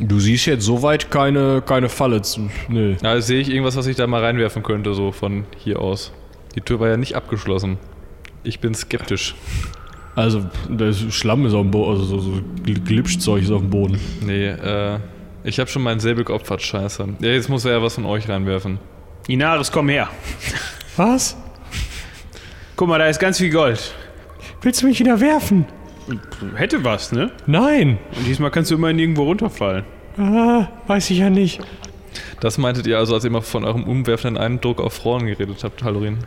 Du siehst jetzt soweit keine, keine Falle. zu- Nö.
Na, also sehe ich irgendwas, was ich da mal reinwerfen könnte, so von hier aus. Die Tür war ja nicht abgeschlossen. Ich bin skeptisch.
Also, das Schlamm ist auf dem Boden, also so, so Glipschzeug ist auf dem Boden.
Nee, äh, ich habe schon meinen Säbel geopfert, scheiße. Ja, jetzt muss er ja was von euch reinwerfen.
Inaris, komm her.
Was?
Guck mal, da ist ganz viel Gold.
Willst du mich wieder werfen?
Hätte was, ne?
Nein.
Und diesmal kannst du immerhin irgendwo runterfallen.
Ah, weiß ich ja nicht.
Das meintet ihr also, als ihr immer von eurem umwerfenden Eindruck auf Frauen geredet habt, Hallorin?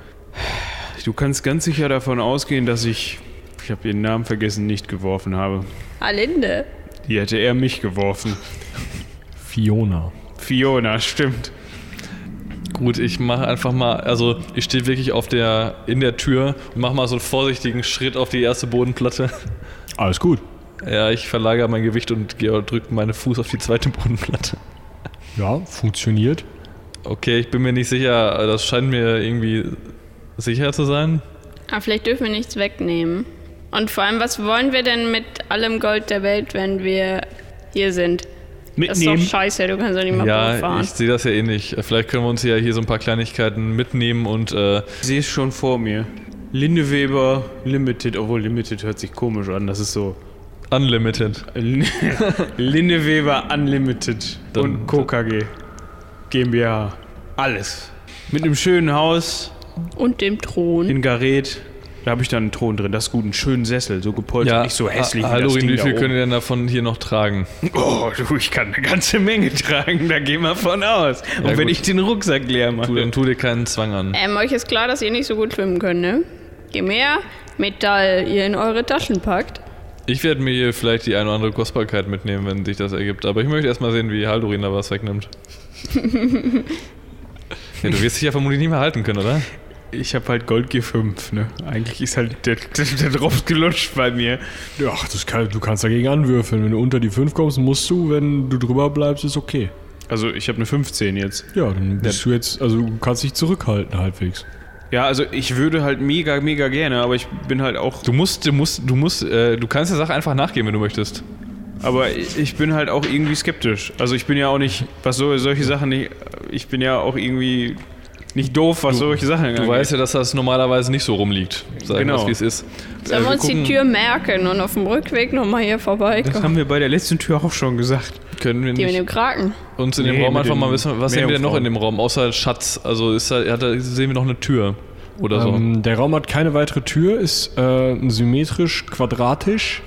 Du kannst ganz sicher davon ausgehen, dass ich, ich habe ihren Namen vergessen, nicht geworfen habe.
Alinde.
Die hätte er mich geworfen.
Fiona.
Fiona, stimmt.
Gut, ich mache einfach mal, also ich stehe wirklich auf der, in der Tür und mache mal so einen vorsichtigen Schritt auf die erste Bodenplatte.
Alles gut.
Ja, ich verlagere mein Gewicht und drücke meinen Fuß auf die zweite Bodenplatte.
Ja, funktioniert.
Okay, ich bin mir nicht sicher, das scheint mir irgendwie sicher zu sein.
Aber Ah, vielleicht dürfen wir nichts wegnehmen. Und vor allem, was wollen wir denn mit allem Gold der Welt, wenn wir hier sind? Das ist doch
Mitnehmen.
scheiße, du kannst doch nicht mal Boot
Ja,
fahren.
ich sehe das ja ähnlich. Vielleicht können wir uns ja hier so ein paar Kleinigkeiten mitnehmen und äh,
Ich sehe es schon vor mir. Lindeweber Limited, obwohl Limited hört sich komisch an, das ist so.
unlimited.
Lin- Lindeweber Unlimited
Dann-
und KKG. GmbH. Alles. Mit einem schönen Haus
Und dem Thron.
in Gareth. Da habe ich dann einen Thron drin. Das ist gut, einen schönen Sessel. So gepolstert,
Ja,
nicht so hässlich
Ha- Hallorin, wie
da
viel
oben.
könnt ihr denn davon hier noch tragen?
Oh, du, ich kann eine ganze Menge tragen, da gehen wir von aus. Und wenn
gut.
ich den Rucksack leer
Tu,
mache.
dann tu dir keinen Zwang
Äh.
an.
Ähm, euch ist klar, dass ihr nicht so gut schwimmen könnt, ne? Je mehr Metall ihr in eure Taschen packt,
Ich werde mir hier vielleicht die eine oder andere Kostbarkeit mitnehmen, wenn sich das ergibt. Aber ich möchte erstmal sehen, wie Haldorin da was wegnimmt. ja, du wirst dich ja vermutlich nicht mehr halten können, oder?
Ich habe halt Gold G5, ne? Eigentlich ist halt der, der, der Drops gelutscht bei mir.
Ja, das kann, du kannst dagegen anwürfeln. Wenn du unter die 5 kommst, musst du. Wenn du drüber bleibst, ist okay.
Also ich habe eine 15 jetzt.
Ja, dann bist du jetzt, also du kannst dich zurückhalten halbwegs.
Ja, also ich würde halt mega, mega gerne, aber ich bin halt auch.
Du musst, du musst, du musst, äh, du kannst der Sache einfach nachgehen, wenn du möchtest.
Aber ich bin halt auch irgendwie skeptisch. Also ich bin ja auch nicht, was so, solche Sachen nicht. Ich bin ja auch irgendwie nicht doof, was solche Sachen
Du
angeht.
weißt ja, dass das normalerweise nicht so rumliegt. Sagen
Genau.
genau. wir es, wie es ist.
sollen
Äh,
wir uns die
gucken,
Tür merken und auf dem Rückweg nochmal hier
das
vorbeikommen.
haben wir bei der letzten Tür auch schon gesagt.
Können wir
Die mit
nicht
dem Kraken.
uns in dem
Nee,
Raum
mit
einfach
den
mal wissen, was sehen wir denn noch
Meerjungfrauen.
in dem Raum, außer Schatz? Also ist da, hat da, sehen wir noch eine Tür oder so.
Ähm, der Raum hat keine weitere Tür, ist äh, symmetrisch, quadratisch.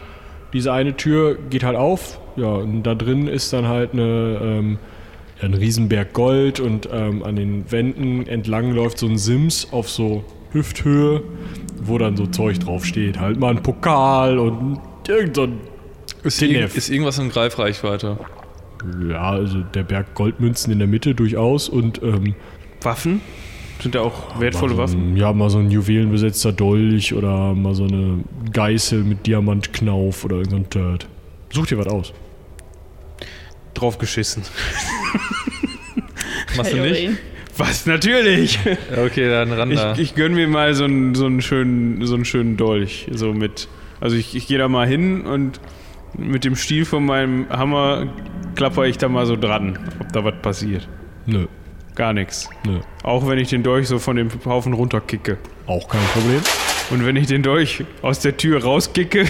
Diese eine Tür geht halt auf. Ja, und da drin ist dann halt eine, ähm, ja, ein Riesenberg Gold und ähm, an den Wänden entlang läuft so ein Sims auf so Hüfthöhe, wo dann so Zeug draufsteht. Halt mal ein Pokal und irgend so ein
Ist,
TNF.
irg ist irgendwas in Greifreichweite?
Ja, also der Berg Goldmünzen in der Mitte durchaus und ähm,
Waffen? Sind da auch wertvolle
mal so
Waffen?
Ein, ja, mal so ein juwelenbesetzter Dolch oder mal so eine Geißel mit Diamantknauf oder irgendein so ein Dirt. Such dir was aus.
Draufgeschissen.
Machst du nicht?
Was? Natürlich!
Ja, Okay, dann ran da.
Ich, ich gönn mir mal so einen, so einen, schönen, so einen schönen Dolch. So mit. Also ich, ich gehe da mal hin und mit dem Stiel von meinem Hammer klapper ich da mal so dran, ob da was passiert.
Nö,
Gar nichts.
nö.
Auch wenn ich den Dolch so von dem Haufen runterkicke.
Auch kein Problem.
Und wenn ich den Dolch aus der Tür rauskicke,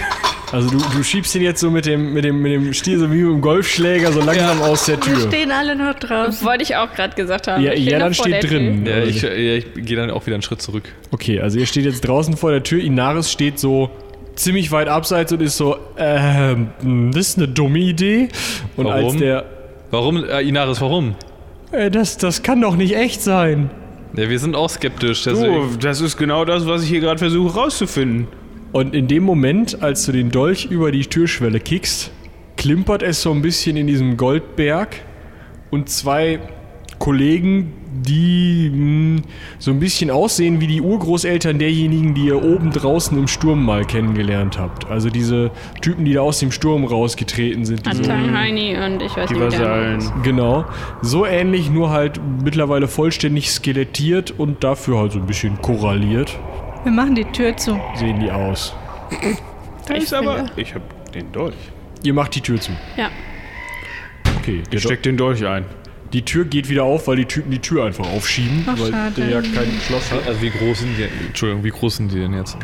Also du, du schiebst ihn jetzt so mit dem, mit dem, mit dem Stiel, so wie mit dem Golfschläger, so langsam aus der
Wir
Tür.
stehen alle noch draußen.
Wollte ich auch gerade gesagt haben.
Ja,
Ich stehe
ja
noch
dann
vor der
steht
Tür.
drin.
ja,
Also-
ich, ja, ich gehe dann auch wieder einen Schritt zurück.
Okay, also ihr steht jetzt draußen vor der Tür. Inaris steht so ziemlich weit abseits und ist so, ähm, mh, das ist eine dumme Idee. Und als
Warum?
der,
Warum, äh, Inaris, warum?
äh, das, das kann doch nicht echt sein.
Ja, wir sind auch skeptisch, deswegen.
oh, das ist genau das, was ich hier gerade versuche rauszufinden.
Und in dem Moment, als du den Dolch über die Türschwelle kickst, klimpert es so ein bisschen in diesem Goldberg und zwei Kollegen, die mh, so ein bisschen aussehen wie die Urgroßeltern derjenigen, die ihr oben draußen im Sturm mal kennengelernt habt. Also diese Typen, die da aus dem Sturm rausgetreten sind. Diese,
Anton Heini und ich weiß
Die
nicht, wie der andere
Vasallen.
ist.
Genau. So ähnlich, nur halt mittlerweile vollständig skelettiert und dafür halt so ein bisschen koralliert
Wir machen die Tür zu.
sehen die aus.
Da ist aber.
finde-
Ich hab den Dolch.
Ihr macht die Tür zu.
Ja.
Okay, der
Ich steck den Dolch ein.
Die Tür geht wieder auf, weil die Typen die Tür einfach aufschieben,
Ach,
weil
schade.
der ja kein Schloss hat.
Also wie groß sind die? Entschuldigung, wie groß sind die denn jetzt?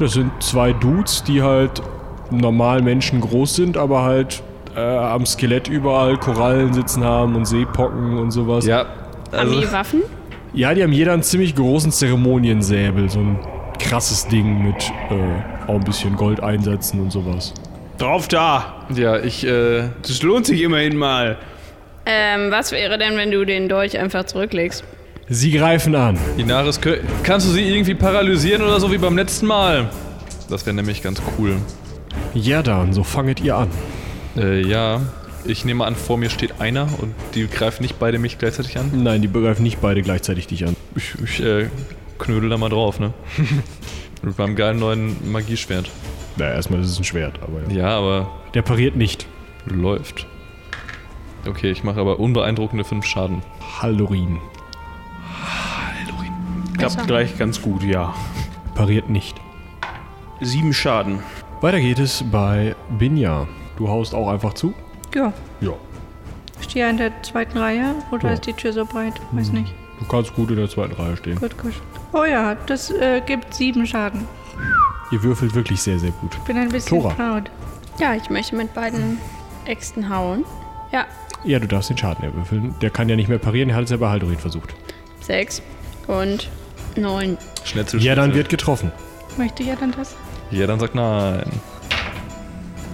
Das sind zwei Dudes, die halt normal Menschen groß sind, aber halt äh, am Skelett überall Korallen sitzen haben und Seepocken und sowas.
Ja,
Haben
also
die Waffen?
Ja, die haben jeder einen ziemlich großen Zeremoniensäbel. So ein krasses Ding mit äh, auch ein bisschen Gold einsetzen und sowas.
Drauf da!
Ja, ich, äh,
Das lohnt sich immerhin mal.
Ähm, was wäre denn, wenn du den Dolch einfach zurücklegst?
Sie greifen an.
Inaris, kö- kannst du sie irgendwie paralysieren oder so wie beim letzten Mal? Das wäre nämlich ganz cool.
Ja, dann, so fanget ihr an.
Äh, ja. Ich nehme an, vor mir steht einer und die greifen nicht beide mich gleichzeitig an.
Nein, die greifen nicht beide gleichzeitig dich an.
Ich, ich äh, knödel da mal drauf, ne? Mit meinem geilen neuen Magieschwert.
Naja, erstmal ist es ein Schwert, aber ja.
Ja, aber
Der pariert nicht.
läuft. Okay, ich mache aber unbeeindruckende 5 Schaden.
Hallorin.
Klappt gleich ganz gut, ja.
Pariert nicht.
Sieben Schaden.
Weiter geht es bei Binja. Du haust auch einfach zu?
Ja.
Ja.
Ich stehe in der zweiten Reihe oder
Ja.
ist die Tür so breit? Weiß nicht.
Du kannst gut in der zweiten Reihe stehen.
Gut, gut. Oh ja, das äh, gibt sieben Schaden.
Ihr würfelt wirklich sehr, sehr gut.
Bin ein bisschen
Tora.
proud.
Ja, ich möchte mit beiden Äxten hauen. Ja,
Ja, du darfst den Schaden erwürfeln. Der kann ja nicht mehr parieren, der hat es ja bei Haldorin versucht.
sechs und neun.
Schnetzel,
Ja, dann
Schnetzel.
wird getroffen.
Möchte ja dann das?
Ja, dann sagt nein.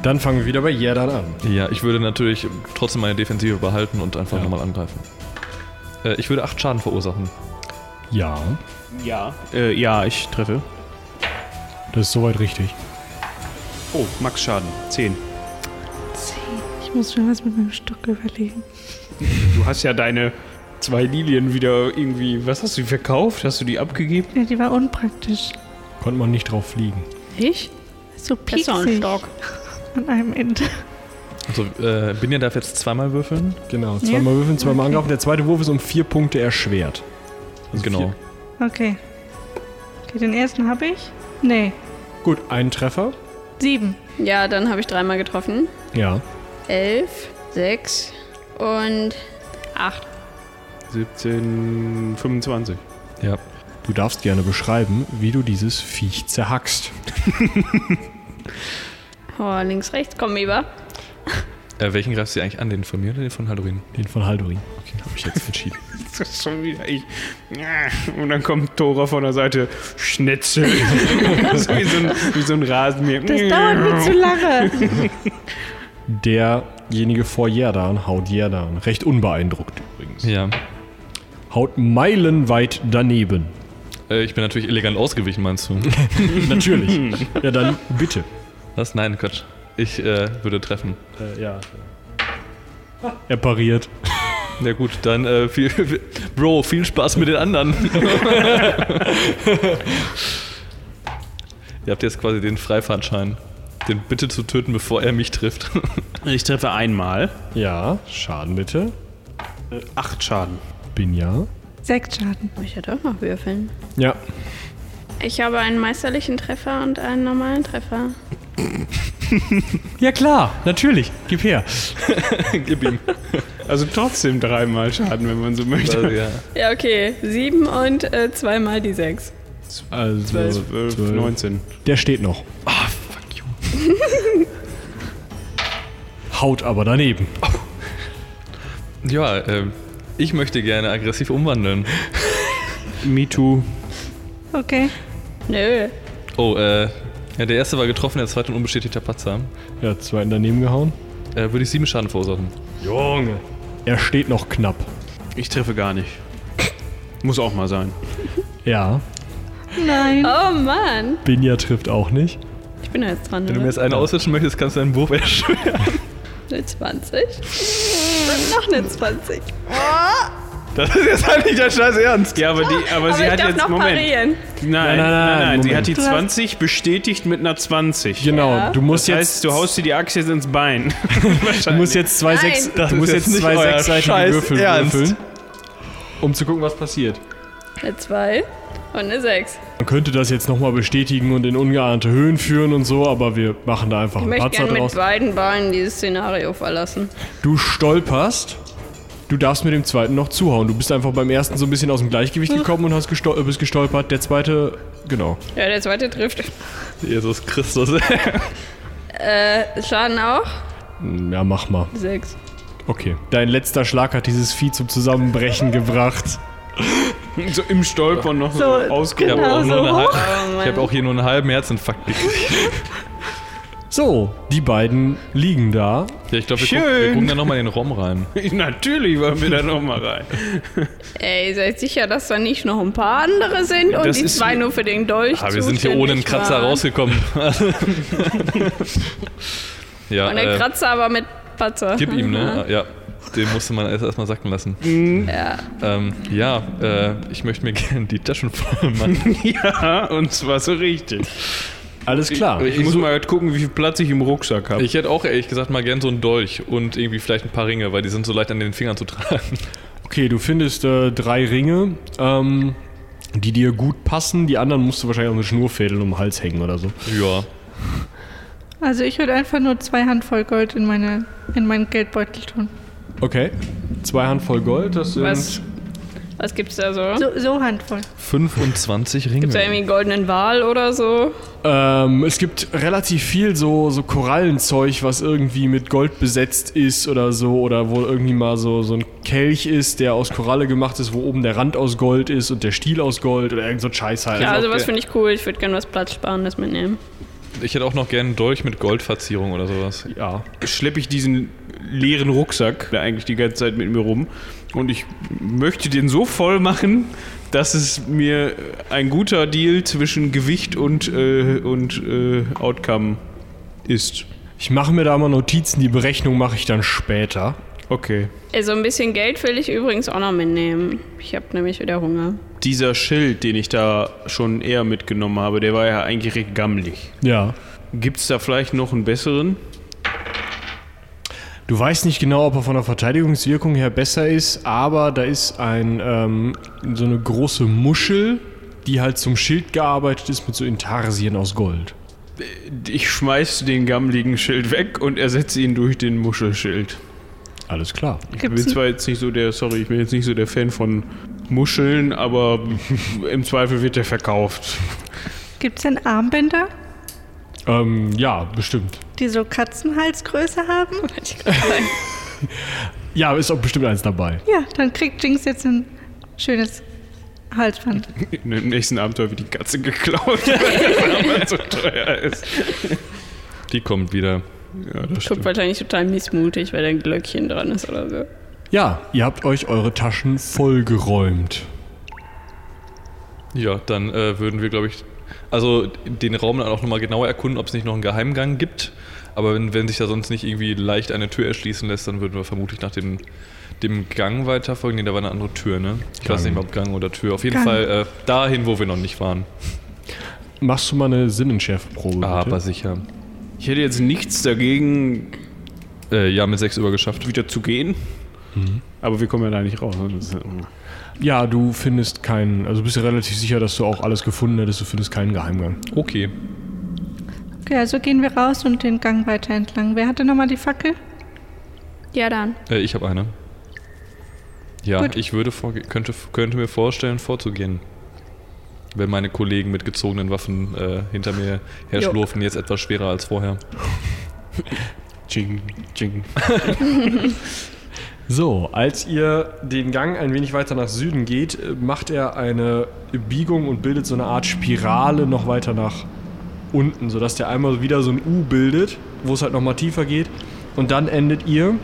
Dann fangen wir wieder bei Jerdan an.
Ja, ich würde natürlich trotzdem meine Defensive behalten und einfach nochmal angreifen. Äh, ich würde 8 Schaden verursachen.
Ja,
Ja. Äh, ja, ich treffe.
das ist soweit richtig.
Oh, Max Schaden. Zehn.
Ich muss schon was mit meinem Stock überlegen.
Du hast ja deine zwei Lilien wieder irgendwie. Was hast du die verkauft? Hast du die abgegeben?
Ja, die war unpraktisch.
Konnte man nicht drauf fliegen.
Ich?
So
Das ist doch ein
pieksig
Stock.
an einem Ende.
Also, äh, Binja darf jetzt zweimal würfeln.
Genau, zweimal würfeln, zweimal angreifen. Der zweite Wurf ist um vier Punkte erschwert. Also
genau.
vier.
Okay. Okay, den ersten habe ich. Nee,
Gut, ein Treffer.
sieben.
Ja, dann habe ich dreimal getroffen.
Ja.
Elf, sechs und acht.
17, 25.
Ja.
Du darfst gerne beschreiben, wie du dieses Viech zerhackst.
Oh, links, rechts, komm, Eva.
Äh, welchen greifst du eigentlich an? Den von mir oder den von Haldorin?
Den von Haldorin. Okay, habe ich jetzt entschieden.
Das ist schon wieder ich. äh, Und dann kommt Tora von der Seite. Schnetzel. so wie so ein, wie so ein Rasenmäher.
Das dauert mir zu lange.
Derjenige vor Jerdan haut Jerdan. Recht unbeeindruckt übrigens.
Ja.
Haut meilenweit daneben.
Äh, ich bin natürlich elegant ausgewichen, meinst du?
Natürlich. ja, dann bitte.
Was? Nein, Quatsch. Ich äh, würde treffen.
ja. Er pariert.
Ja gut, dann äh, viel, Bro, viel Spaß mit den anderen. Ihr habt jetzt quasi den Freifahrtschein. Den bitte zu töten, bevor er mich trifft.
Ich treffe einmal.
Ja, Äh, Schaden bitte.
Acht Schaden.
Bin ja.
Sechs Schaden.
Ich hätte auch noch würfeln.
Ja.
Ich habe einen meisterlichen Treffer und einen normalen Treffer.
Ja klar, natürlich. Gib her.
Gib ihm.
Also trotzdem dreimal Schaden, wenn man so
Also,
möchte.
ja.
Ja, okay. Sieben und äh, zweimal die sechs.
Also,
12, 19.
Der steht noch. Ah, fuck you. Haut aber daneben.
Ja, äh, ich möchte gerne aggressiv umwandeln.
Me too.
Okay.
Nö.
Oh, äh, ja, der erste war getroffen, der zweite ein unbestätigter Patzer.
Er hat zweiten daneben gehauen.
Äh, würde ich sieben Schaden verursachen.
Junge. Er steht noch knapp.
Ich treffe gar nicht. Muss auch mal sein.
Ja.
Nein.
Oh Mann.
Binja trifft auch nicht.
Ich bin jetzt dran.
Wenn du mir jetzt eine auswischen möchtest, kannst du deinen Wurf erschweren.
Eine 20. Und noch eine 20.
Das ist jetzt halt nicht der Scheiß Ernst.
Ja, aber, die, aber, sie
ich
hat
darf
jetzt.
noch
Moment.
parieren.
Nein, nein, nein. nein, Sie
Moment.
hat die
hast-
20 bestätigt mit einer 20.
Genau, du musst
Das
jetzt.
heißt, du haust dir die Axt jetzt ins Bein.
du musst jetzt zwei sechs. Du musst
ist
jetzt
jetzt
zwei
nicht euer
sechsseitige
Scheiß
Würfel
Ernst.
würfeln. Um zu gucken, was passiert.
Eine 2 und eine 6.
Man könnte das jetzt nochmal bestätigen und in ungeahnte Höhen führen und so, aber wir machen da einfach
Ich
einen
möchte
Patzer
gerne mit
draus.
beiden Beinen dieses Szenario verlassen.
Du stolperst. Du darfst mit dem zweiten noch zuhauen. Du bist einfach beim ersten so ein bisschen aus dem
Hm.
Gleichgewicht gekommen und hast gestol bist gestolpert. Der zweite, genau.
Ja, der zweite trifft.
Jesus Christus.
Äh, Schaden auch?
Ja, mach mal.
6.
Okay. Dein letzter Schlag hat dieses Vieh zum Zusammenbrechen gebracht.
So im Stolpern noch so
Ich habe
ausgehoben.
auch, nur
Genau so
eine
hoch.
halb- ich hab auch hier nur einen halben Herzinfarkt gekriegt.
So, die beiden liegen da.
Ja, ich glaube, wir, gucken- wir
Schön.
gucken da nochmal in den Raum rein.
Natürlich wollen wir da nochmal rein.
Ey, seid sicher, dass da nicht noch ein paar andere sind und
das
die
ist-
zwei nur für den Dolch
Ah, wir sind hier ohne einen
zuständig
Kratzer
waren.
rausgekommen. ja,
Und der
äh,
Kratzer aber mit Patzer.
gib ihm, ne? Ja, den musste man erst erstmal sacken lassen.
Mhm.
Ja, ähm, ja äh, ich möchte mir gerne die Taschen voll machen.
ja, und zwar so richtig.
Alles klar.
Ich, muss mal halt gucken, wie viel Platz ich im Rucksack habe.
Ich hätte auch ehrlich gesagt mal gern so einen Dolch und irgendwie vielleicht ein paar Ringe, weil die sind so leicht an den Fingern zu tragen.
Okay, du findest äh, drei Ringe, ähm, die dir gut passen. Die anderen musst du wahrscheinlich auch eine Schnurfädel um den Hals hängen oder so.
Ja.
Also ich würde einfach nur zwei Handvoll Gold in, meine, in meinen Geldbeutel tun.
Okay. Zwei Handvoll Gold, das sind.
Was, was gibt's da so?
So, so Handvoll.
25 Ringe.
Gibt's da irgendwie einen goldenen Wal oder so?
Ähm, es gibt relativ viel so, so Korallenzeug, was irgendwie mit Gold besetzt ist oder so, oder wo irgendwie mal so, so ein Kelch ist, der aus Koralle gemacht ist, wo oben der Rand aus Gold ist und der Stiel aus Gold oder irgend so ein Scheiß halt.
Ja, also
okay.
was finde ich cool. Ich würde gerne was Platzsparendes mitnehmen.
Ich hätte auch noch gern einen Dolch mit Goldverzierung oder sowas.
ja.
schleppe ich diesen leeren Rucksack der eigentlich die ganze Zeit mit mir rum. Und ich möchte den so voll machen, dass es mir ein guter Deal zwischen Gewicht und, äh, und äh, Outcome ist.
Ich mache mir da mal Notizen, die Berechnung mache ich dann später.
Okay.
Ey, Äh, so ein bisschen Geld will ich übrigens auch noch mitnehmen. Ich habe nämlich wieder Hunger.
Dieser Schild, den ich da schon eher mitgenommen habe, der war ja eigentlich recht gammelig.
Ja.
Gibt es da vielleicht noch einen besseren?
Du weißt nicht genau, ob er von der Verteidigungswirkung her besser ist, aber da ist ein, ähm, so eine große Muschel, die halt zum Schild gearbeitet ist mit so Intarsien aus Gold.
Ich schmeiß den gammeligen Schild weg und ersetze ihn durch den Muschelschild.
Alles klar.
Ich bin zwar jetzt nicht so der, sorry, ich bin jetzt nicht so der Fan von Muscheln, aber im Zweifel wird der verkauft.
Gibt es denn Armbänder,
Ähm, ja, bestimmt.
die so Katzenhalsgröße haben?
Ja, ist auch bestimmt eins dabei.
Ja, dann kriegt Jinx jetzt ein schönes Halsband.
Im nächsten Abenteuer wird die Katze geklaut, weil der so teuer ist.
Die kommt wieder.
Ja, das
Guckt
stimmt.
wahrscheinlich total missmutig, weil da ein Glöckchen dran ist oder so.
Ja, ihr habt euch eure Taschen vollgeräumt.
Ja, dann äh, würden wir, glaube ich, also den Raum dann auch nochmal genauer erkunden, ob es nicht noch einen Geheimgang gibt. Aber wenn, wenn sich da sonst nicht irgendwie leicht eine Tür erschließen lässt, dann würden wir vermutlich nach dem, dem Gang weiterfolgen. Nee, da war eine andere Tür, ne? Ich weiß nicht mehr, ob Gang oder Tür. Auf jeden
Gang.
Fall äh, dahin, wo wir noch nicht waren.
Machst du mal eine Sinnenschärfeprobe?
Aber
bitte?
sicher.
Ich hätte jetzt nichts dagegen,
Äh, ja, mit sechs übergeschafft.
wieder zu gehen. Aber wir kommen ja da nicht raus. Das ist-
Ja, du findest keinen, also bist du relativ sicher, dass du auch alles gefunden hättest, du findest keinen Geheimgang.
Okay.
Okay, also gehen wir raus und den Gang weiter entlang. Wer hatte nochmal die Fackel?
Ja, dann.
Äh, ich habe eine. Ja,
Gut.
ich würde vorge- könnte, könnte mir vorstellen, vorzugehen. Wenn meine Kollegen mit gezogenen Waffen äh, hinter mir her
Jo.
schlurfen, jetzt etwas schwerer als vorher.
Ching, ching.
So, als ihr den Gang ein wenig weiter nach Süden geht, äh, macht er eine Biegung und bildet so eine Art Spirale noch weiter nach unten, sodass der einmal wieder so ein U bildet, wo es halt nochmal tiefer geht. Und dann endet ihr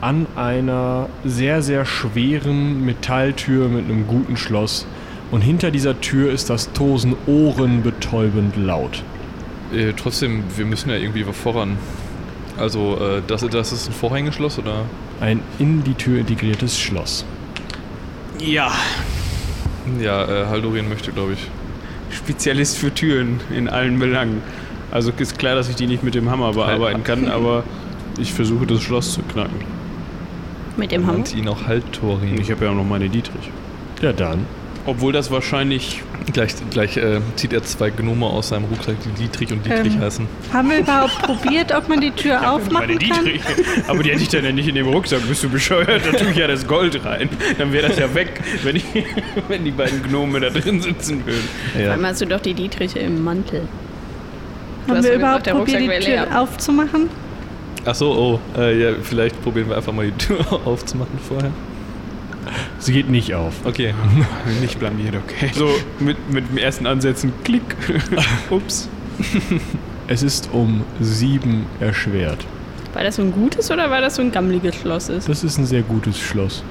an einer sehr, sehr schweren Metalltür mit einem guten Schloss. Und hinter dieser Tür ist das Tosen ohrenbetäubend laut.
Äh, trotzdem, wir müssen ja irgendwie voran. Also, äh, das, das ist ein Vorhängeschloss oder?
Ein in die Tür integriertes Schloss.
Ja,
Ja, äh, Haldorin möchte, glaube ich.
Spezialist für Türen in allen Belangen. Also ist klar, dass ich die nicht mit dem Hammer bearbeiten kann, aber ich versuche das Schloss zu knacken.
Mit dem Hammer.
Nennt ihn auch Haldorin.
Hm.
Ich habe ja auch noch meine Dietrich.
Ja, dann.
Mhm. Obwohl das wahrscheinlich
Gleich, gleich äh, zieht er zwei Gnome aus seinem Rucksack, die Dietrich und Dietrich
Ähm.
heißen.
Haben wir überhaupt probiert, ob man die Tür aufmachen kann?
Aber die hätte ich dann ja nicht in dem Rucksack. Bist du bescheuert? Da tue ich ja das Gold rein. Dann wäre das ja weg, wenn, ich, wenn die beiden Gnome da drin sitzen würden.
Einmal hast du doch die Dietriche im Mantel. Du
Haben
hast
wir
mir
überhaupt
gesagt, der
probiert,
Rucksack
die
wäre
Tür
leer.
aufzumachen?
Achso, oh, äh, ja, vielleicht probieren wir einfach mal die Tür aufzumachen vorher.
Sie geht nicht auf.
Okay.
Nicht blamiert, okay. So mit, mit dem ersten Ansetzen, klick. Ups.
Es ist um sieben erschwert.
War das so ein gutes oder war das so ein gammeliges Schloss ist?
Das ist ein sehr gutes Schloss.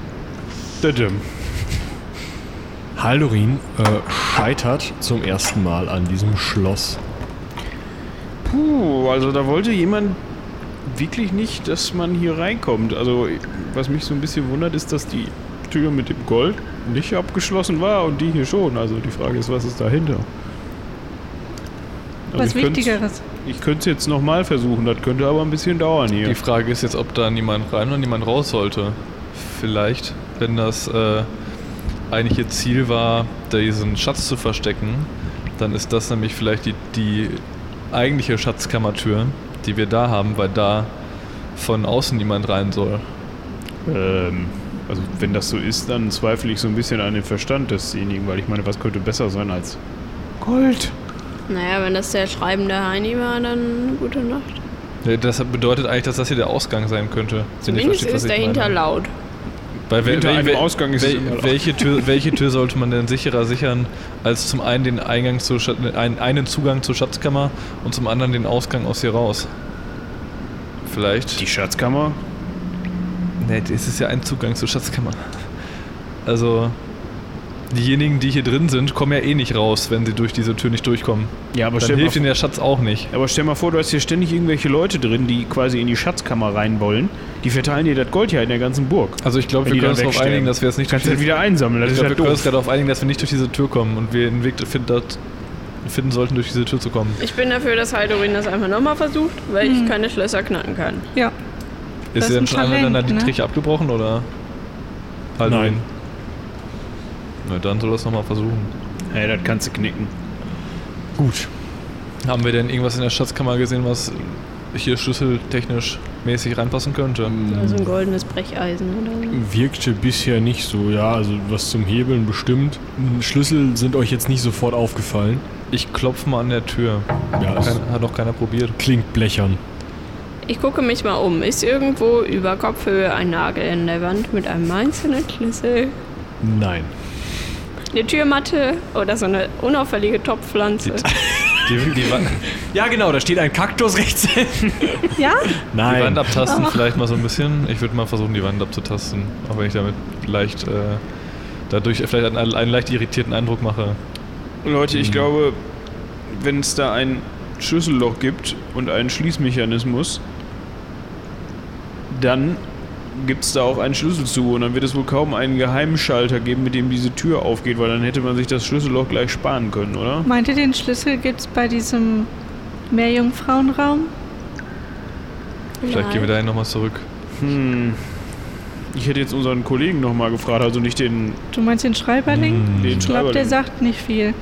Dadum.
Haldorin äh, scheitert zum ersten Mal an diesem Schloss.
Puh, also da wollte jemand wirklich nicht, dass man hier reinkommt. Also was mich so ein bisschen wundert, ist, dass die Tür mit dem Gold nicht abgeschlossen war und die hier schon. Also die Frage ist, was ist dahinter? Also
Was
ich könnt's-
Wichtigeres.
Ich könnte es jetzt nochmal versuchen, das könnte aber ein bisschen dauern hier.
Die Frage ist jetzt, ob da niemand rein oder niemand raus sollte. Vielleicht, wenn das äh, eigentlich ihr Ziel war, diesen Schatz zu verstecken, dann ist das nämlich vielleicht die, die eigentliche Schatzkammertür, die wir da haben, weil da von außen niemand rein soll.
Ähm, also wenn das so ist, dann zweifle ich so ein bisschen an den Verstand desjenigen, weil ich meine, was könnte besser sein als Gold?
Naja, wenn das der schreibende Heini war, dann gute Nacht.
Ja, Das bedeutet eigentlich, dass das hier der Ausgang sein könnte. wenn ihr
Links
versteht, was
ist
ich
dahinter
meine.
laut.
Weil wel-
Hinter
wel-
einem
wel-
Ausgang ist es
wel-
immer noch.
welche, Tür, welche Tür sollte man denn sicherer sichern, als zum einen den Eingang zu Schat- ein, einen Zugang zur Schatzkammer und zum anderen den Ausgang aus hier raus? Vielleicht.
Die Schatzkammer?
Nee, es ist ja ein Zugang zur Schatzkammer. Also, diejenigen, die hier drin sind, kommen ja eh nicht raus, wenn sie durch diese Tür nicht durchkommen.
Ja, aber
Dann
stell, mal,
hilft ihnen
vor-
der Schatz auch nicht.
aber stell mal vor, du hast hier ständig irgendwelche Leute drin, die quasi in die Schatzkammer rein wollen. Die verteilen dir das Gold ja in der ganzen Burg.
Also, ich glaube, wir
Wenn die
können
dann
uns darauf
wegsterben.
einigen, dass wir jetzt nicht
Kannst du
durch
das
diese-
wieder einsammeln, das
Ich
ist
glaube,
ja
wir können uns
doof.
gerade darauf einigen, dass wir nicht durch diese Tür kommen und wir einen Weg finden, dort- finden sollten, durch diese Tür zu kommen.
Ich bin dafür, dass Haldorin das einfach nochmal versucht, weil ich keine Schlösser knacken kann.
Ja.
Ist
Das
dir
ist
dann
ein
schon einer deiner
Talent, ne?
Dietrich abgebrochen oder? Also
Nein.
Na dann soll das nochmal versuchen.
Hey, das kannst du knicken.
Gut.
Haben wir denn irgendwas in der Schatzkammer gesehen, was hier schlüsseltechnisch mäßig reinpassen könnte?
Ähm,
Also ein goldenes Brecheisen oder so.
Wirkte bisher nicht so, ja, also was zum Hebeln bestimmt. Hm, Schlüssel sind euch jetzt nicht sofort aufgefallen.
Ich klopfe mal an der Tür.
Ja, es
Kein, hat noch keiner probiert.
klingt blechern.
Ich gucke mich mal um. Ist irgendwo über Kopfhöhe ein Nagel in der Wand mit einem einzelnen Schlüssel?
Nein.
Eine Türmatte oder so eine unauffällige Topfpflanze?
Die, die, Wa-
Ja, genau, da steht ein Kaktus rechts.
Ja?
die Wand
Nein.
abtasten vielleicht mal so ein bisschen. Ich würde mal versuchen, die Wand abzutasten. Auch wenn ich damit leicht, äh, dadurch vielleicht einen, einen leicht irritierten Eindruck mache.
Leute, ich glaube, wenn es da ein Schlüsselloch gibt und einen Schließmechanismus, dann gibt es da auch einen Schlüssel zu und dann wird es wohl kaum einen Geheimschalter geben, mit dem diese Tür aufgeht, weil dann hätte man sich das Schlüsselloch gleich sparen können, oder?
Meint ihr, den Schlüssel gibt's bei diesem Meerjungfrauenraum?
Vielleicht gehen wir dahin nochmal zurück.
Hm. Ich hätte jetzt unseren Kollegen nochmal gefragt, also nicht den,
Du meinst den Schreiberling?
Hm, den
Hm.
Hm.
Ich glaube,
Schreiber.
der
den-
sagt nicht viel.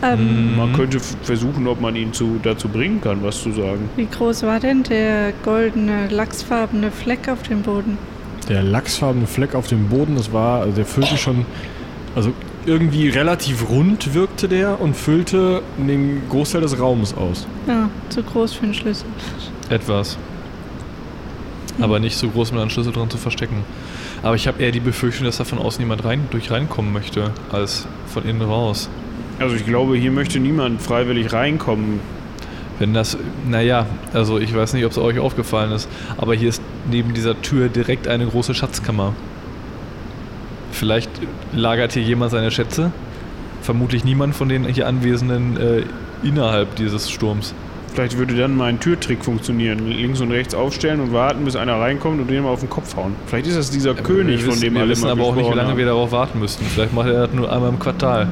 Ähm,
Man könnte f- versuchen, ob man ihn zu, dazu bringen kann, was zu sagen.
Wie groß war denn der goldene, lachsfarbene Fleck auf dem Boden?
Der lachsfarbene Fleck auf dem Boden, das war, also der füllte schon, also irgendwie relativ rund wirkte der und füllte den Großteil des Raumes aus.
Ja, Ah, zu groß für einen Schlüssel.
Etwas. Aber nicht so groß, um da einen Schlüssel dran zu verstecken. Aber ich habe eher die Befürchtung, dass da von außen jemand rein, durch reinkommen möchte, als von innen raus.
Also ich glaube, hier möchte niemand freiwillig reinkommen.
Wenn das, naja, also ich weiß nicht, ob es euch aufgefallen ist, aber hier ist neben dieser Tür direkt eine große Schatzkammer. Vielleicht lagert hier jemand seine Schätze. Vermutlich niemand von den hier Anwesenden äh, innerhalb dieses Sturms.
Vielleicht würde dann mal ein Türtrick funktionieren. Links und rechts aufstellen und warten, bis einer reinkommt und den mal auf den Kopf hauen. Vielleicht ist das dieser König,
wir
von
wissen,
dem
wir
alle
wissen
mal
aber auch nicht, wie
gesprochen
lange
haben.
wir darauf warten müssten. Vielleicht macht er das nur einmal im Quartal.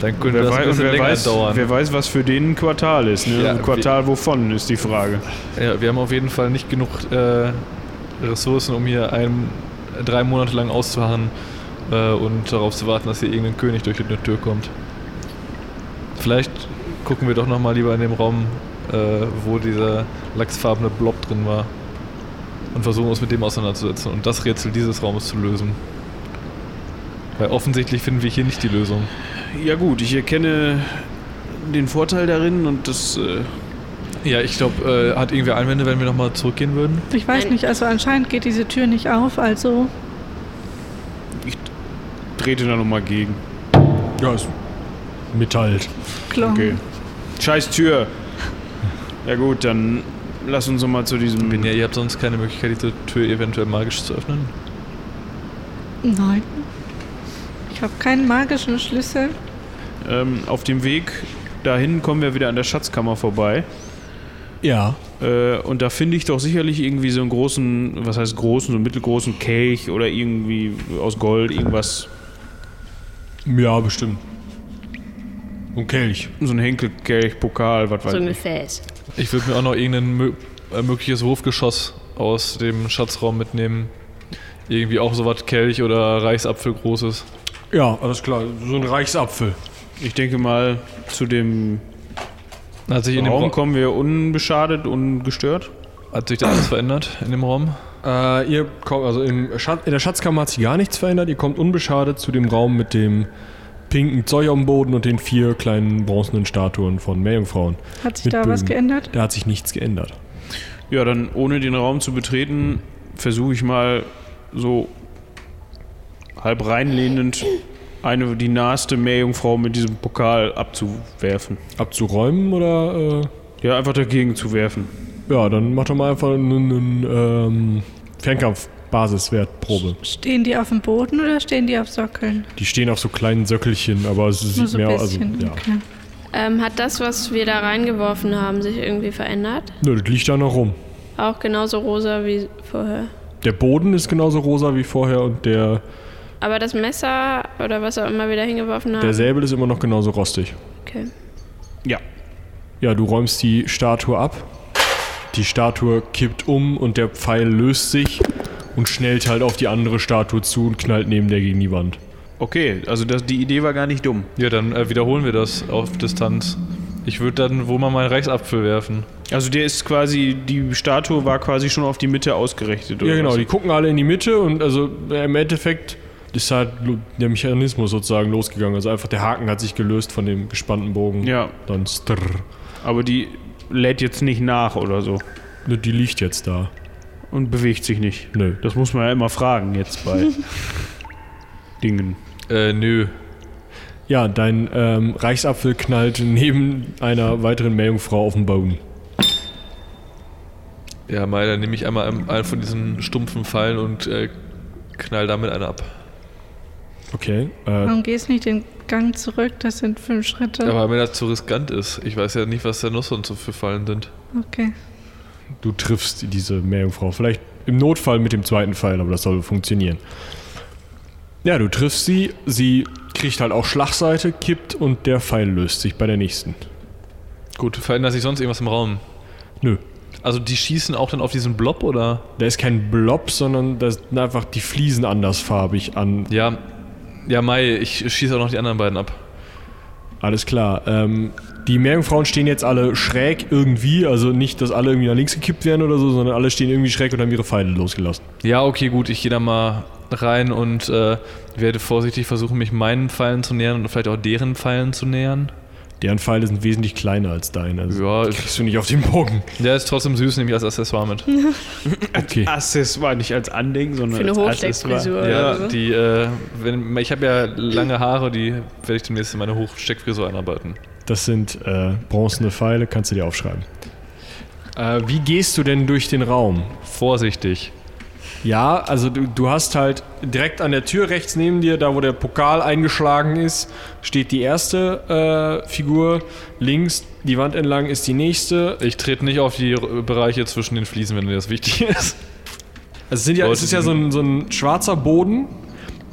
Dann könnte
Wer
das ein
weiß, und
bisschen
wer,
länger
weiß,
dauern.
wer weiß, was für den ein Quartal ist. Ne?
Ja,
ein Quartal wovon, ist die Frage.
Ja, wir haben auf jeden Fall nicht genug äh, Ressourcen, um hier ein, drei Monate lang auszuharren äh, und darauf zu warten, dass hier irgendein König durch die Tür kommt. Vielleicht gucken wir doch nochmal lieber in dem Raum, äh, wo dieser lachsfarbene Blob drin war. Und versuchen uns mit dem auseinanderzusetzen und das Rätsel dieses Raumes zu lösen. Weil offensichtlich finden wir hier nicht die Lösung.
Ja gut, ich erkenne den Vorteil darin und das... Äh,
Ja, ich glaube, hat irgendwer Einwände, wenn wir nochmal zurückgehen würden?
Ich weiß
Nein.
nicht, also anscheinend geht diese Tür nicht auf, also
trete da nochmal gegen.
Ja, ist mitteilt.
Klong.
Okay. Scheiß Tür. Ja gut, dann lass uns nochmal zu diesem...
Wenn ihr, ihr habt sonst keine Möglichkeit, diese Tür eventuell magisch zu öffnen?
Nein. Ich habe keinen magischen Schlüssel.
Ähm, auf dem Weg dahin kommen wir wieder an der Schatzkammer vorbei.
Ja.
Äh, und da finde ich doch sicherlich irgendwie so einen großen, was heißt großen, so einen mittelgroßen Kelch oder irgendwie aus Gold irgendwas,
Ja, bestimmt. Und Kelch.
so ein Henkelkelch, Pokal, was weiß
So ein
ich.
Gefäß.
Ich würde mir auch noch irgendein mö äh, mögliches Wurfgeschoss aus dem Schatzraum mitnehmen. Irgendwie auch sowas Kelch oder Reichsapfel großes.
Ja, alles klar. So ein Reichsapfel.
Ich denke mal, zu dem
Hat sich, in dem
Raum
Ra
kommen wir unbeschadet, ungestört.
hat sich da alles verändert in dem Raum?
Äh, ihr kommt, also im Schatz, in der Schatzkammer hat sich gar nichts verändert. Ihr kommt unbeschadet zu dem Raum mit dem pinken Zeug am Boden und den vier kleinen bronzenen Statuen von Meerjungfrauen.
Hat sich
Mit
da was
Bögen.
geändert?
Da hat sich nichts geändert.
Ja, dann ohne den Raum zu betreten, versuche ich mal so halb reinlehnend eine die naheste Meerjungfrau mit diesem Pokal abzuwerfen.
Abzuräumen oder? Äh,
Ja, einfach dagegen zu werfen.
ja, dann mach doch mal einfach einen, einen ähm, Fernkampf-Basiswertprobe.
Stehen die auf dem Boden oder stehen die auf Sockeln?
Die stehen auf so kleinen Söckelchen, aber es
Nur
sieht
so ein
mehr aus. Also,
bisschen.
ja.
okay.
Ähm, hat das, was wir da reingeworfen haben, sich irgendwie verändert?
Nö, das liegt da noch rum.
Auch genauso rosa wie vorher.
Der Boden ist genauso rosa wie vorher und der,
Aber das Messer oder was auch immer wir da hingeworfen haben.
Ah.
der Säbel ist immer noch genauso rostig.
okay.
Ja.
Ja, du räumst die Statue ab. Die Statue kippt um und der Pfeil löst sich und schnellt halt auf die andere Statue zu und knallt neben der gegen die Wand.
Okay, also das, die Idee war gar nicht dumm.
Ja, dann äh, wiederholen wir das auf Distanz. Ich würde dann wo mal meinen Reichsapfel werfen.
Also der ist quasi, die Statue war quasi schon auf die Mitte ausgerichtet.
Ja, genau,
was?
die gucken alle in die Mitte und also äh, im Endeffekt ist halt lo- der Mechanismus sozusagen losgegangen. Also einfach der Haken hat sich gelöst von dem gespannten Bogen.
Ja,
Dann strrr.
aber die lädt jetzt nicht nach oder so
Ne, Die liegt jetzt da.
und bewegt sich nicht.
Nö.
Das muss man ja immer fragen jetzt bei Dingen.
Äh, nö.
Ja, dein ähm, Reichsapfel knallt neben einer weiteren Meerjungfrau auf den Boden.
Ja, mal, dann nehme ich einmal einen einen von diesen stumpfen Pfeilen und äh, knall damit eine ab.
Okay. Äh,
Warum gehst du nicht den Gang zurück? Das sind fünf Schritte.
Aber wenn das zu riskant ist, ich weiß ja nicht, was da noch sonst so für Fallen sind.
okay.
du triffst diese Meerjungfrau. Vielleicht im Notfall mit dem zweiten Pfeil, aber das soll funktionieren. Ja, du triffst sie. Sie kriegt halt auch Schlagseite, kippt und der Pfeil löst sich bei der nächsten.
Gut, verändert sich sonst irgendwas im Raum?
Nö.
Also die schießen auch dann auf diesen Blob oder?
Da ist kein Blob, sondern da sind einfach die Fliesen andersfarbig an.
Ja, ja, Mai, ich schieße auch noch die anderen beiden ab.
Alles klar. Ähm, die Meerjungfrauen stehen jetzt alle schräg irgendwie. Also nicht, dass alle irgendwie nach links gekippt werden oder so, sondern alle stehen irgendwie schräg und haben ihre Pfeile losgelassen.
Ja, okay, gut, ich gehe da mal rein und äh, werde vorsichtig versuchen, mich meinen Pfeilen zu nähern und vielleicht auch deren Pfeilen zu nähern.
Deren Pfeile sind wesentlich kleiner als deine. Also
Ja,
die kriegst du nicht auf den Bogen.
Der ist trotzdem süß, nehme ich als Accessoire mit.
Okay.
Accessoire, nicht als Andenken, sondern
Für eine
als
Hochsteckfrisur oder
Ja,
so.
die, äh, wenn, ich habe ja lange Haare, die werde ich demnächst in meine Hochsteckfrisur einarbeiten.
Das sind äh, bronzene Pfeile, kannst du dir aufschreiben. Äh, wie gehst du denn durch den Raum?
Vorsichtig.
Ja, also du, du hast halt direkt an der Tür rechts neben dir, da wo der Pokal eingeschlagen ist, steht die erste äh, Figur. Links die Wand entlang ist die nächste.
Ich trete nicht auf die R- Bereiche zwischen den Fliesen, wenn dir das wichtig ist.
Also es, sind ja, es
Leute,
ist ja so ein, so ein schwarzer Boden,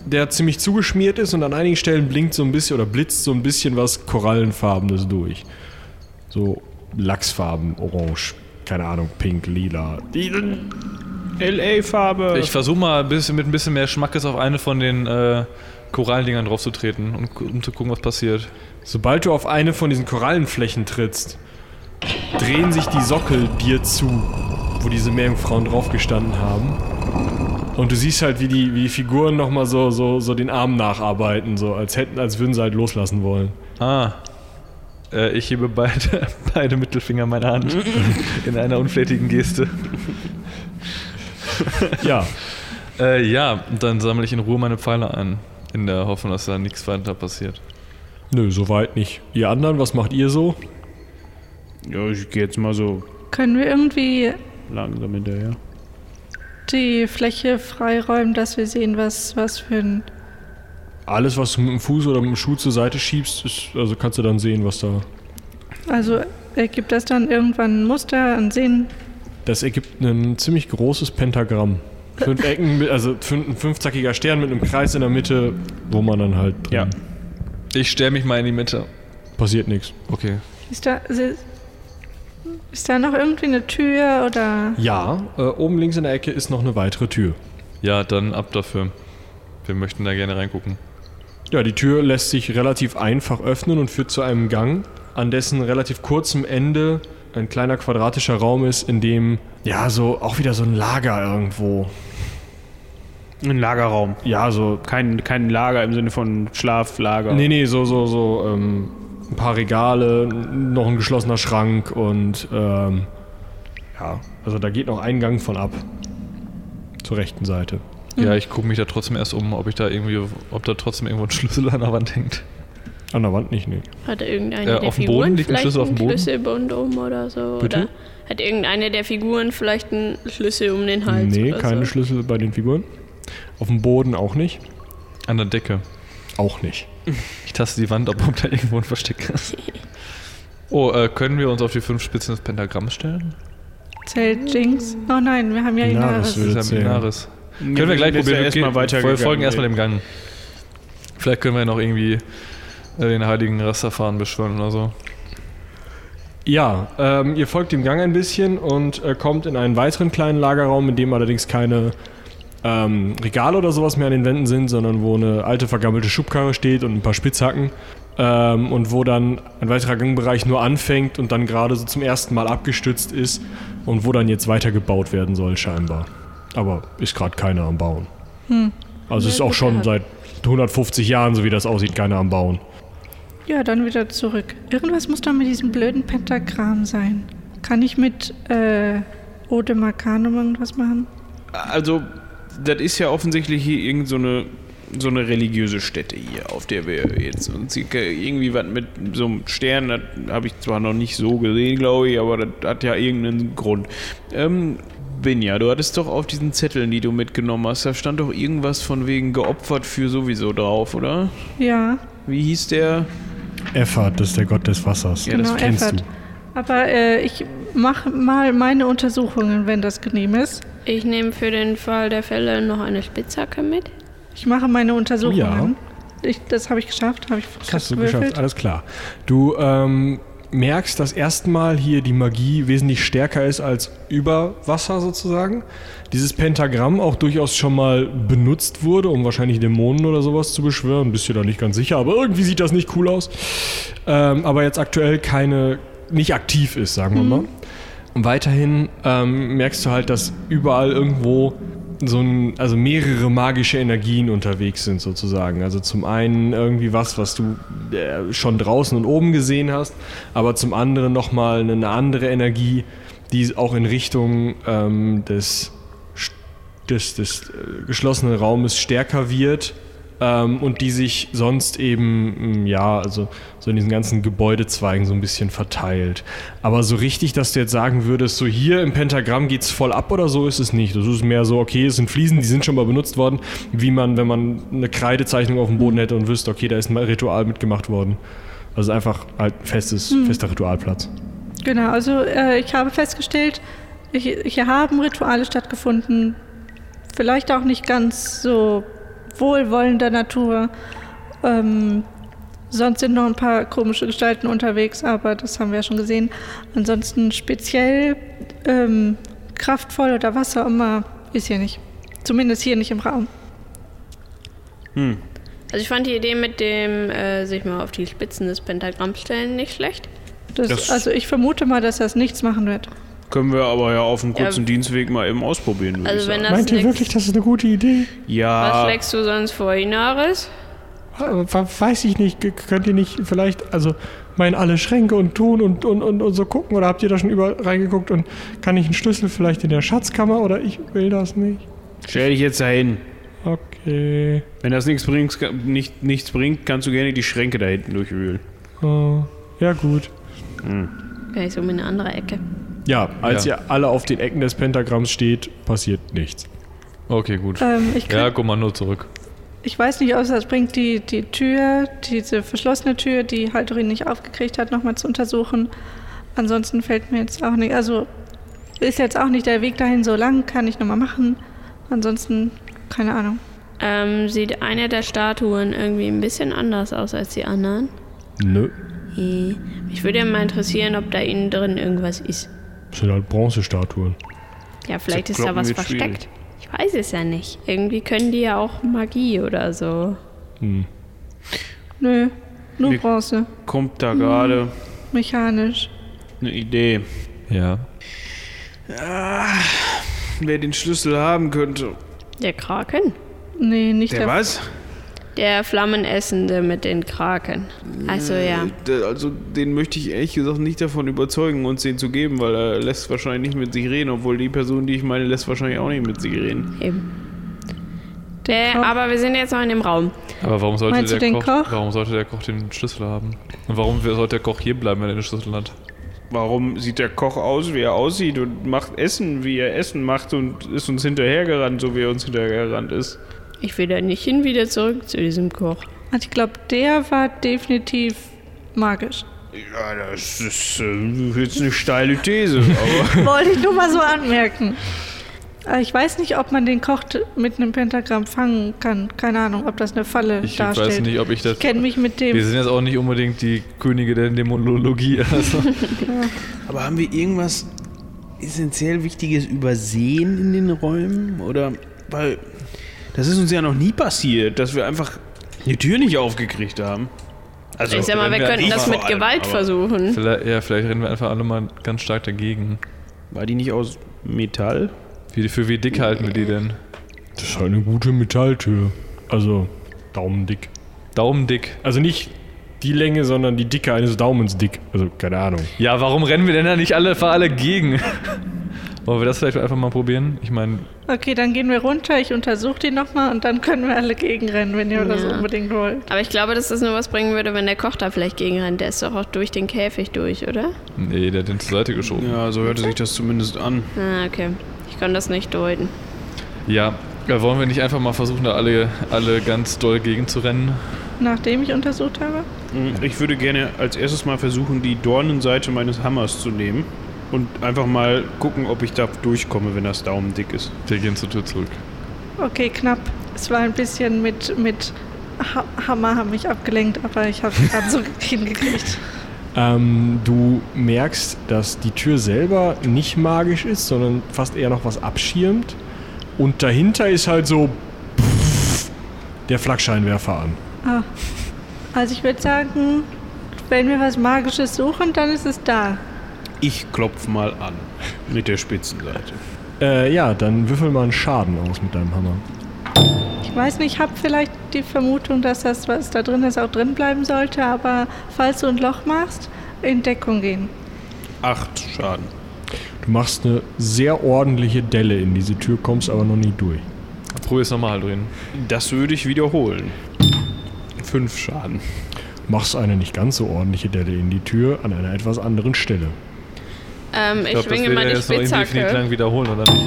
der ziemlich zugeschmiert ist und an einigen Stellen blinkt so ein bisschen oder blitzt so ein bisschen was Korallenfarbenes durch. So Lachsfarben, orange, keine Ahnung, pink, lila.
LA-Farbe.
Ich versuche mal ein bisschen, mit ein bisschen mehr Schmackes auf eine von den äh, Korallendingern draufzutreten, um, um zu gucken, was passiert.
Sobald du auf eine von diesen Korallenflächen trittst, drehen sich die Sockel dir zu, wo diese Meerjungfrauen draufgestanden haben. Und du siehst halt, wie die, wie die Figuren nochmal so, so, so den Arm nacharbeiten, so als hätten, als würden sie halt loslassen wollen.
Ah. Äh, ich hebe beide, beide Mittelfinger meiner Hand in einer unflätigen Geste.
Ja,
Äh, ja, dann sammle ich in Ruhe meine Pfeile ein. In der Hoffnung, dass da nichts weiter passiert.
Nö, soweit nicht. Ihr anderen, was macht ihr so?
Ja, ich gehe jetzt mal so
Können wir irgendwie
langsam hinterher.
die Fläche freiräumen, dass wir sehen, was, was für ein.
Alles, was du mit dem Fuß oder mit dem Schuh zur Seite schiebst, ist, also kannst du dann sehen, was da.
Also ergibt das dann irgendwann ein Muster, ein Sinn?
Das ergibt ein ziemlich großes Pentagramm. Fünf Ecken, mit- also fün- ein fünfzackiger Stern mit einem Kreis in der Mitte, wo man dann halt. Drin
Ja.
Ich stelle mich mal in die Mitte.
Passiert nichts.
Okay.
Ist da, se- ist da noch irgendwie eine Tür oder.
Ja, äh, oben links in der Ecke ist noch eine weitere Tür.
Ja, dann ab dafür. Wir möchten da gerne reingucken.
Ja, die Tür lässt sich relativ einfach öffnen und führt zu einem Gang, an dessen relativ kurzem Ende ein kleiner quadratischer Raum ist, in dem ja so auch wieder so ein Lager irgendwo.
Ein Lagerraum.
Ja, so
Kein, kein Lager im Sinne von Schlaflager.
Nee, nee, so so so ähm, ein paar Regale, noch ein geschlossener Schrank und ähm, ja, also da geht noch ein Gang von ab zur rechten Seite.
Ja, ich gucke mich da trotzdem erst um, ob ich da irgendwie, ob da trotzdem irgendwo ein Schlüssel an der Wand hängt.
An der Wand nicht, nee.
Hat irgendeine
Äh,
der
auf dem
Figuren
Boden? Liegt ein
vielleicht
Schlüssel auf dem
einen
Boden?
Schlüsselbund um oder so?
Bitte?
Oder hat irgendeine der Figuren vielleicht einen Schlüssel um den Hals?
nee,
oder
keine
so?
Schlüssel bei den Figuren. Auf dem Boden auch nicht.
An der Decke.
Auch nicht.
Ich taste die Wand, ab, ob da irgendwo ein Versteck ist. Oh, äh, können wir uns auf die fünf Spitzen des Pentagramms stellen?
Zählt Jinx? Oh nein, wir haben ja
Inaris
Inaris.
will- Würde
Das ist ja
zählen.
Inaris. Können wir gleich probieren. Wir
erstmal
gehen-
weiter.
wir folgen erstmal dem Gang. Vielleicht können wir noch irgendwie äh, den heiligen Rasterfahren beschwören oder so.
Ja, ähm, ihr folgt dem Gang ein bisschen und äh, kommt in einen weiteren kleinen Lagerraum, in dem allerdings keine ähm, Regale oder sowas mehr an den Wänden sind, sondern wo eine alte vergammelte Schubkarre steht und ein paar Spitzhacken. Ähm, und wo dann ein weiterer Gangbereich nur anfängt und dann gerade so zum ersten Mal abgestützt ist und wo dann jetzt weitergebaut werden soll, scheinbar. Aber ist gerade keiner am Bauen. Also ist auch schon seit 150 Jahren, so wie das aussieht, keiner am Bauen.
Ja, dann wieder zurück. Irgendwas muss doch mit diesem blöden Pentagramm sein. Kann ich mit äh, Ode Marcanum irgendwas machen?
Also, das ist ja offensichtlich hier irgend so eine, so eine religiöse Stätte hier, auf der wir jetzt uns hier irgendwie was mit so einem Stern, das habe ich zwar noch nicht so gesehen, glaube ich, aber das hat ja irgendeinen Grund. Ähm, Binja, du hattest doch auf diesen Zetteln, die du mitgenommen hast, da stand doch irgendwas von wegen geopfert für sowieso drauf, oder?
Ja,
Wie hieß der?
Effert, das ist der Gott des Wassers.
Ja, das
genau,
kennst
Effert. Aber äh, ich mache mal meine Untersuchungen, wenn das genehm ist.
Ich nehme für den Fall der Fälle noch eine Spitzhacke mit.
Ich mache meine Untersuchungen. Ich, das habe ich geschafft, habe ich
Hast du
gewürfelt.
geschafft, alles klar. Du ähm, merkst, dass erstmal hier die Magie wesentlich stärker ist als über Wasser sozusagen. Dieses Pentagramm auch durchaus schon mal benutzt wurde, um wahrscheinlich Dämonen oder sowas zu beschwören. Bist du da nicht ganz sicher, aber irgendwie sieht das nicht cool aus. Ähm, aber jetzt aktuell keine, nicht aktiv ist, sagen wir mal. Und weiterhin ähm, merkst du halt, dass überall irgendwo so ein, also mehrere magische Energien unterwegs sind sozusagen. Also zum einen irgendwie was, was du äh, schon draußen und oben gesehen hast, aber zum anderen nochmal eine andere Energie, die auch in Richtung ähm, des, Sch- des, des äh, geschlossenen Raumes stärker wird ähm, und die sich sonst eben, mm, ja, also so in diesen ganzen Gebäudezweigen so ein bisschen verteilt. Aber so richtig, dass du jetzt sagen würdest, so hier im Pentagramm geht's voll ab oder so, ist es nicht. Das ist mehr so, okay, es sind Fliesen, die sind schon mal benutzt worden, wie man, wenn man eine Kreidezeichnung auf dem Boden hätte und wüsste, okay, da ist ein Ritual mitgemacht worden. Also einfach halt festes, fester Ritualplatz.
Genau, also äh, ich habe festgestellt, ich, hier haben Rituale stattgefunden, vielleicht auch nicht ganz so wohlwollender Natur. Ähm, sonst sind noch ein paar komische Gestalten unterwegs, aber das haben wir ja schon gesehen. Ansonsten speziell ähm, kraftvoll oder was auch immer ist hier nicht. Zumindest hier nicht im Raum.
Also ich fand die Idee mit dem äh, sich mal auf die Spitzen des Pentagramms stellen nicht schlecht.
Das,
Das-
also ich vermute mal, dass das nichts machen wird.
Können wir aber ja auf dem kurzen
Ja.
Dienstweg mal eben ausprobieren, würde ich
Also wenn
sagen.
das nix-
das ist eine gute Idee?
Ah.
Was
ja,
schlägst du sonst vor, Inaris?
Weiß ich nicht, könnt ihr nicht vielleicht, also meinen alle Schränke und tun und, und, und, so gucken oder habt ihr da schon überall reingeguckt und kann ich einen Schlüssel vielleicht in der Schatzkammer oder ich will das nicht?
stell dich jetzt dahin.
Okay.
Wenn das nichts bringt, nicht, nichts bringt, kannst du gerne die Schränke da hinten durchwühlen.
Oh, ja, gut.
Gleich um in eine andere Ecke.
Ja, als
Ja.
ihr alle auf den Ecken des Pentagramms steht, passiert nichts.
Okay, gut.
Ähm, ich,
Ja,
krieg,
Kommando zurück.
ich weiß nicht, ob es das bringt, die, die Tür, diese verschlossene Tür, die Haldorin nicht aufgekriegt hat, nochmal zu untersuchen. Ansonsten fällt mir jetzt auch nicht. Also ist jetzt auch nicht der Weg dahin so lang, kann ich nochmal machen. Ansonsten, keine Ahnung.
Ähm, sieht eine der Statuen irgendwie ein bisschen anders aus als die anderen?
Nö.
Eh. Mich würde ja mal interessieren, ob da innen drin irgendwas ist.
Das sind halt Bronzestatuen.
Ja, vielleicht
Zu
ist da
kloppen
was
wird schwierig.
versteckt. Ich weiß es ja nicht. Irgendwie können die ja auch Magie oder so.
Nö, nur
Wie-
Bronze,
Kommt da gerade
mechanisch.
eine Idee,
Ja.
wer den Schlüssel haben könnte.
Der Kraken?
Nee, nicht
Der was?
Der Flammenessende mit den Kraken. Also ja.
Der- Also den möchte ich ehrlich gesagt nicht davon überzeugen, uns den zu geben, weil er lässt wahrscheinlich nicht mit sich reden, obwohl die Person, die ich meine, lässt wahrscheinlich auch nicht mit sich reden.
Eben. Der, aber wir sind jetzt noch in dem Raum.
Aber warum sollte,
Meinst
der
du den
Koch,
Koch?
warum sollte der Koch den Schlüssel haben? Und warum sollte der Koch hier bleiben, wenn er den Schlüssel hat?
Warum sieht der Koch aus, wie er aussieht und macht Essen, wie er Essen macht und ist uns hinterhergerannt, so wie er uns hinterhergerannt ist?
Ich will da nicht hin, wieder zurück zu diesem Koch.
Also ich glaube, der war definitiv magisch.
Ja, das ist äh, jetzt eine steile These, aber
Wollte ich nur mal so anmerken. Aber Ich weiß nicht, ob man den Koch t- mit einem Pentagramm fangen kann. Keine Ahnung, ob das eine Falle
Ich
darstellt.
weiß nicht, ob ich das.
Ich kenne mich mit
Wir
dem.
sind jetzt auch nicht unbedingt die Könige der Dämonologie. Also.
Aber haben wir irgendwas essentiell Wichtiges übersehen in den Räumen? Oder, weil
das ist uns ja noch nie passiert, dass wir einfach die Tür nicht aufgekriegt haben. Also,
ich sag mal, wir
wenn wir
könnten
nicht
das
vor
mit
allem,
Gewalt
aber-
versuchen.
vielleicht, ja, vielleicht rennen wir einfach alle mal ganz stark dagegen.
war die nicht aus Metall?
Wie, für wie dick halten wir die denn?
Das ist halt eine gute Metalltür. Also, daumendick.
Daumendick.
Also nicht die Länge, sondern die Dicke eines Daumens dick. Also, keine Ahnung.
Ja, warum rennen wir denn da nicht alle, fahr alle gegen? Wollen wir das vielleicht einfach mal probieren? Ich meine,
Okay, dann gehen wir runter, ich untersuche die nochmal und dann können wir alle gegenrennen, wenn ihr das
Ja.
unbedingt wollt.
Aber ich glaube, dass das nur was bringen würde, wenn der Koch da vielleicht gegenrennt. Der ist doch auch durch den Käfig durch, oder?
nee, der hat den zur Seite geschoben.
Ja, so hörte sich das zumindest an.
Ah, okay. Ich kann das nicht deuten.
Ja, äh, wollen wir nicht einfach mal versuchen, da alle, alle ganz doll gegen zu rennen?
Nachdem ich untersucht habe?
Mhm. Ich würde gerne als erstes mal versuchen, die Dornenseite meines Hammers zu nehmen und einfach mal gucken, ob ich da durchkomme, wenn das Daumen dick ist.
Wir gehen zur Tür zurück.
Okay, knapp. Es war ein bisschen mit, mit ha Hammer haben mich abgelenkt, aber ich habe es gerade so hingekriegt.
Ähm, du merkst, dass die Tür selber nicht magisch ist, sondern fast eher noch was abschirmt. Und dahinter ist halt so pff, der Flaggscheinwerfer an.
Also ich würde sagen, wenn wir was Magisches suchen, dann ist es da.
Ich klopf mal an mit der Spitzenseite.
Äh, ja, dann würfel mal einen Schaden aus mit deinem Hammer.
Ich weiß nicht, ich habe vielleicht die Vermutung, dass das, was da drin ist, auch drin bleiben sollte, aber falls du ein Loch machst, in Deckung gehen.
Acht Schaden.
Du machst eine sehr ordentliche Delle in diese Tür, kommst aber noch nie durch.
Probier's nochmal, Haldorin.
Das würde ich wiederholen. Fünf Schaden.
Machst eine nicht ganz so ordentliche Delle in die Tür an einer etwas anderen Stelle.
Ähm, ich, schwinge mal die
jetzt noch indefinit
Spitzhacke.
lang wiederholen, oder nicht?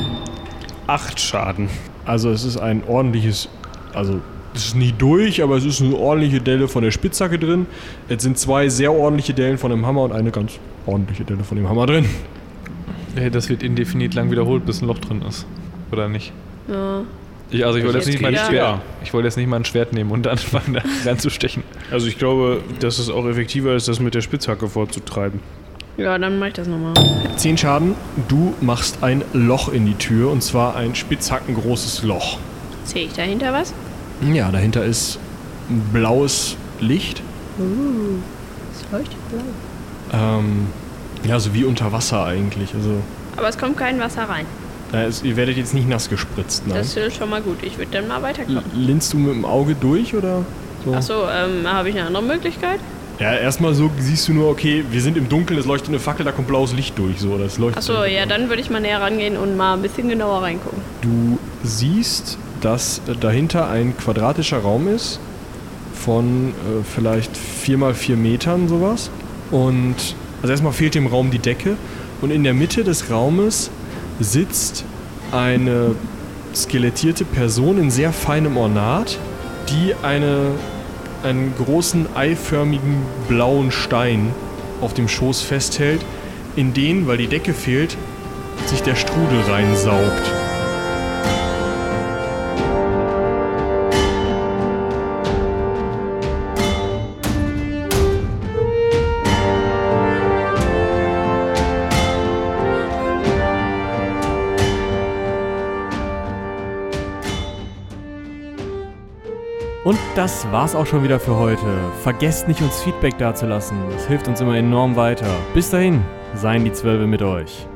Acht Schaden.
Also es ist ein ordentliches, also es ist nie durch, aber es ist eine ordentliche Delle von der Spitzhacke drin. Es sind zwei sehr ordentliche Dellen von dem Hammer und eine ganz ordentliche Delle von dem Hammer drin.
Hey, das wird indefinit lang wiederholt, bis ein Loch drin ist. Oder nicht?
Ja.
Ich, also ich wollte jetzt,
jetzt
nicht mal ein
geht's
Schwert.
ja.
Ich wollte jetzt nicht mal ein Schwert nehmen und anfangen, da reinzustechen.
Also ich glaube, dass es auch effektiver ist, das mit der Spitzhacke vorzutreiben.
ja, dann mach ich das nochmal.
Zehn Schaden, du machst ein Loch in die Tür und zwar ein spitzhackengroßes Loch.
Sehe ich dahinter was?
Ja, dahinter ist ein blaues Licht.
Uh, Es leuchtet blau.
Ähm, ja, so wie unter Wasser eigentlich. Also
Aber es kommt kein Wasser rein.
da ist, ihr werdet jetzt nicht nass gespritzt, nein.
Das ist schon mal gut. Ich würde dann mal
L-
weiterkommen.
Linst du mit dem Auge durch oder so?
Achso, ähm, habe ich eine andere Möglichkeit?
Ja, erstmal so siehst du nur, okay, wir sind im Dunkeln, es leuchtet eine Fackel, da kommt blaues Licht durch. So, das leuchtet.
Achso, ja, dann würde ich mal näher rangehen und mal ein bisschen genauer reingucken.
Du siehst dass dahinter ein quadratischer Raum ist von äh, vielleicht 4 mal 4 Metern sowas. Und also erstmal fehlt dem Raum die Decke und in der Mitte des Raumes sitzt eine skelettierte Person in sehr feinem Ornat, die eine, einen großen eiförmigen blauen Stein auf dem Schoß festhält, in den, weil die Decke fehlt, sich der Strudel reinsaugt.
Und das war's auch schon wieder für heute. Vergesst nicht, uns Feedback dazulassen. Es hilft uns immer enorm weiter. Bis dahin, seien die Zwölfe mit euch.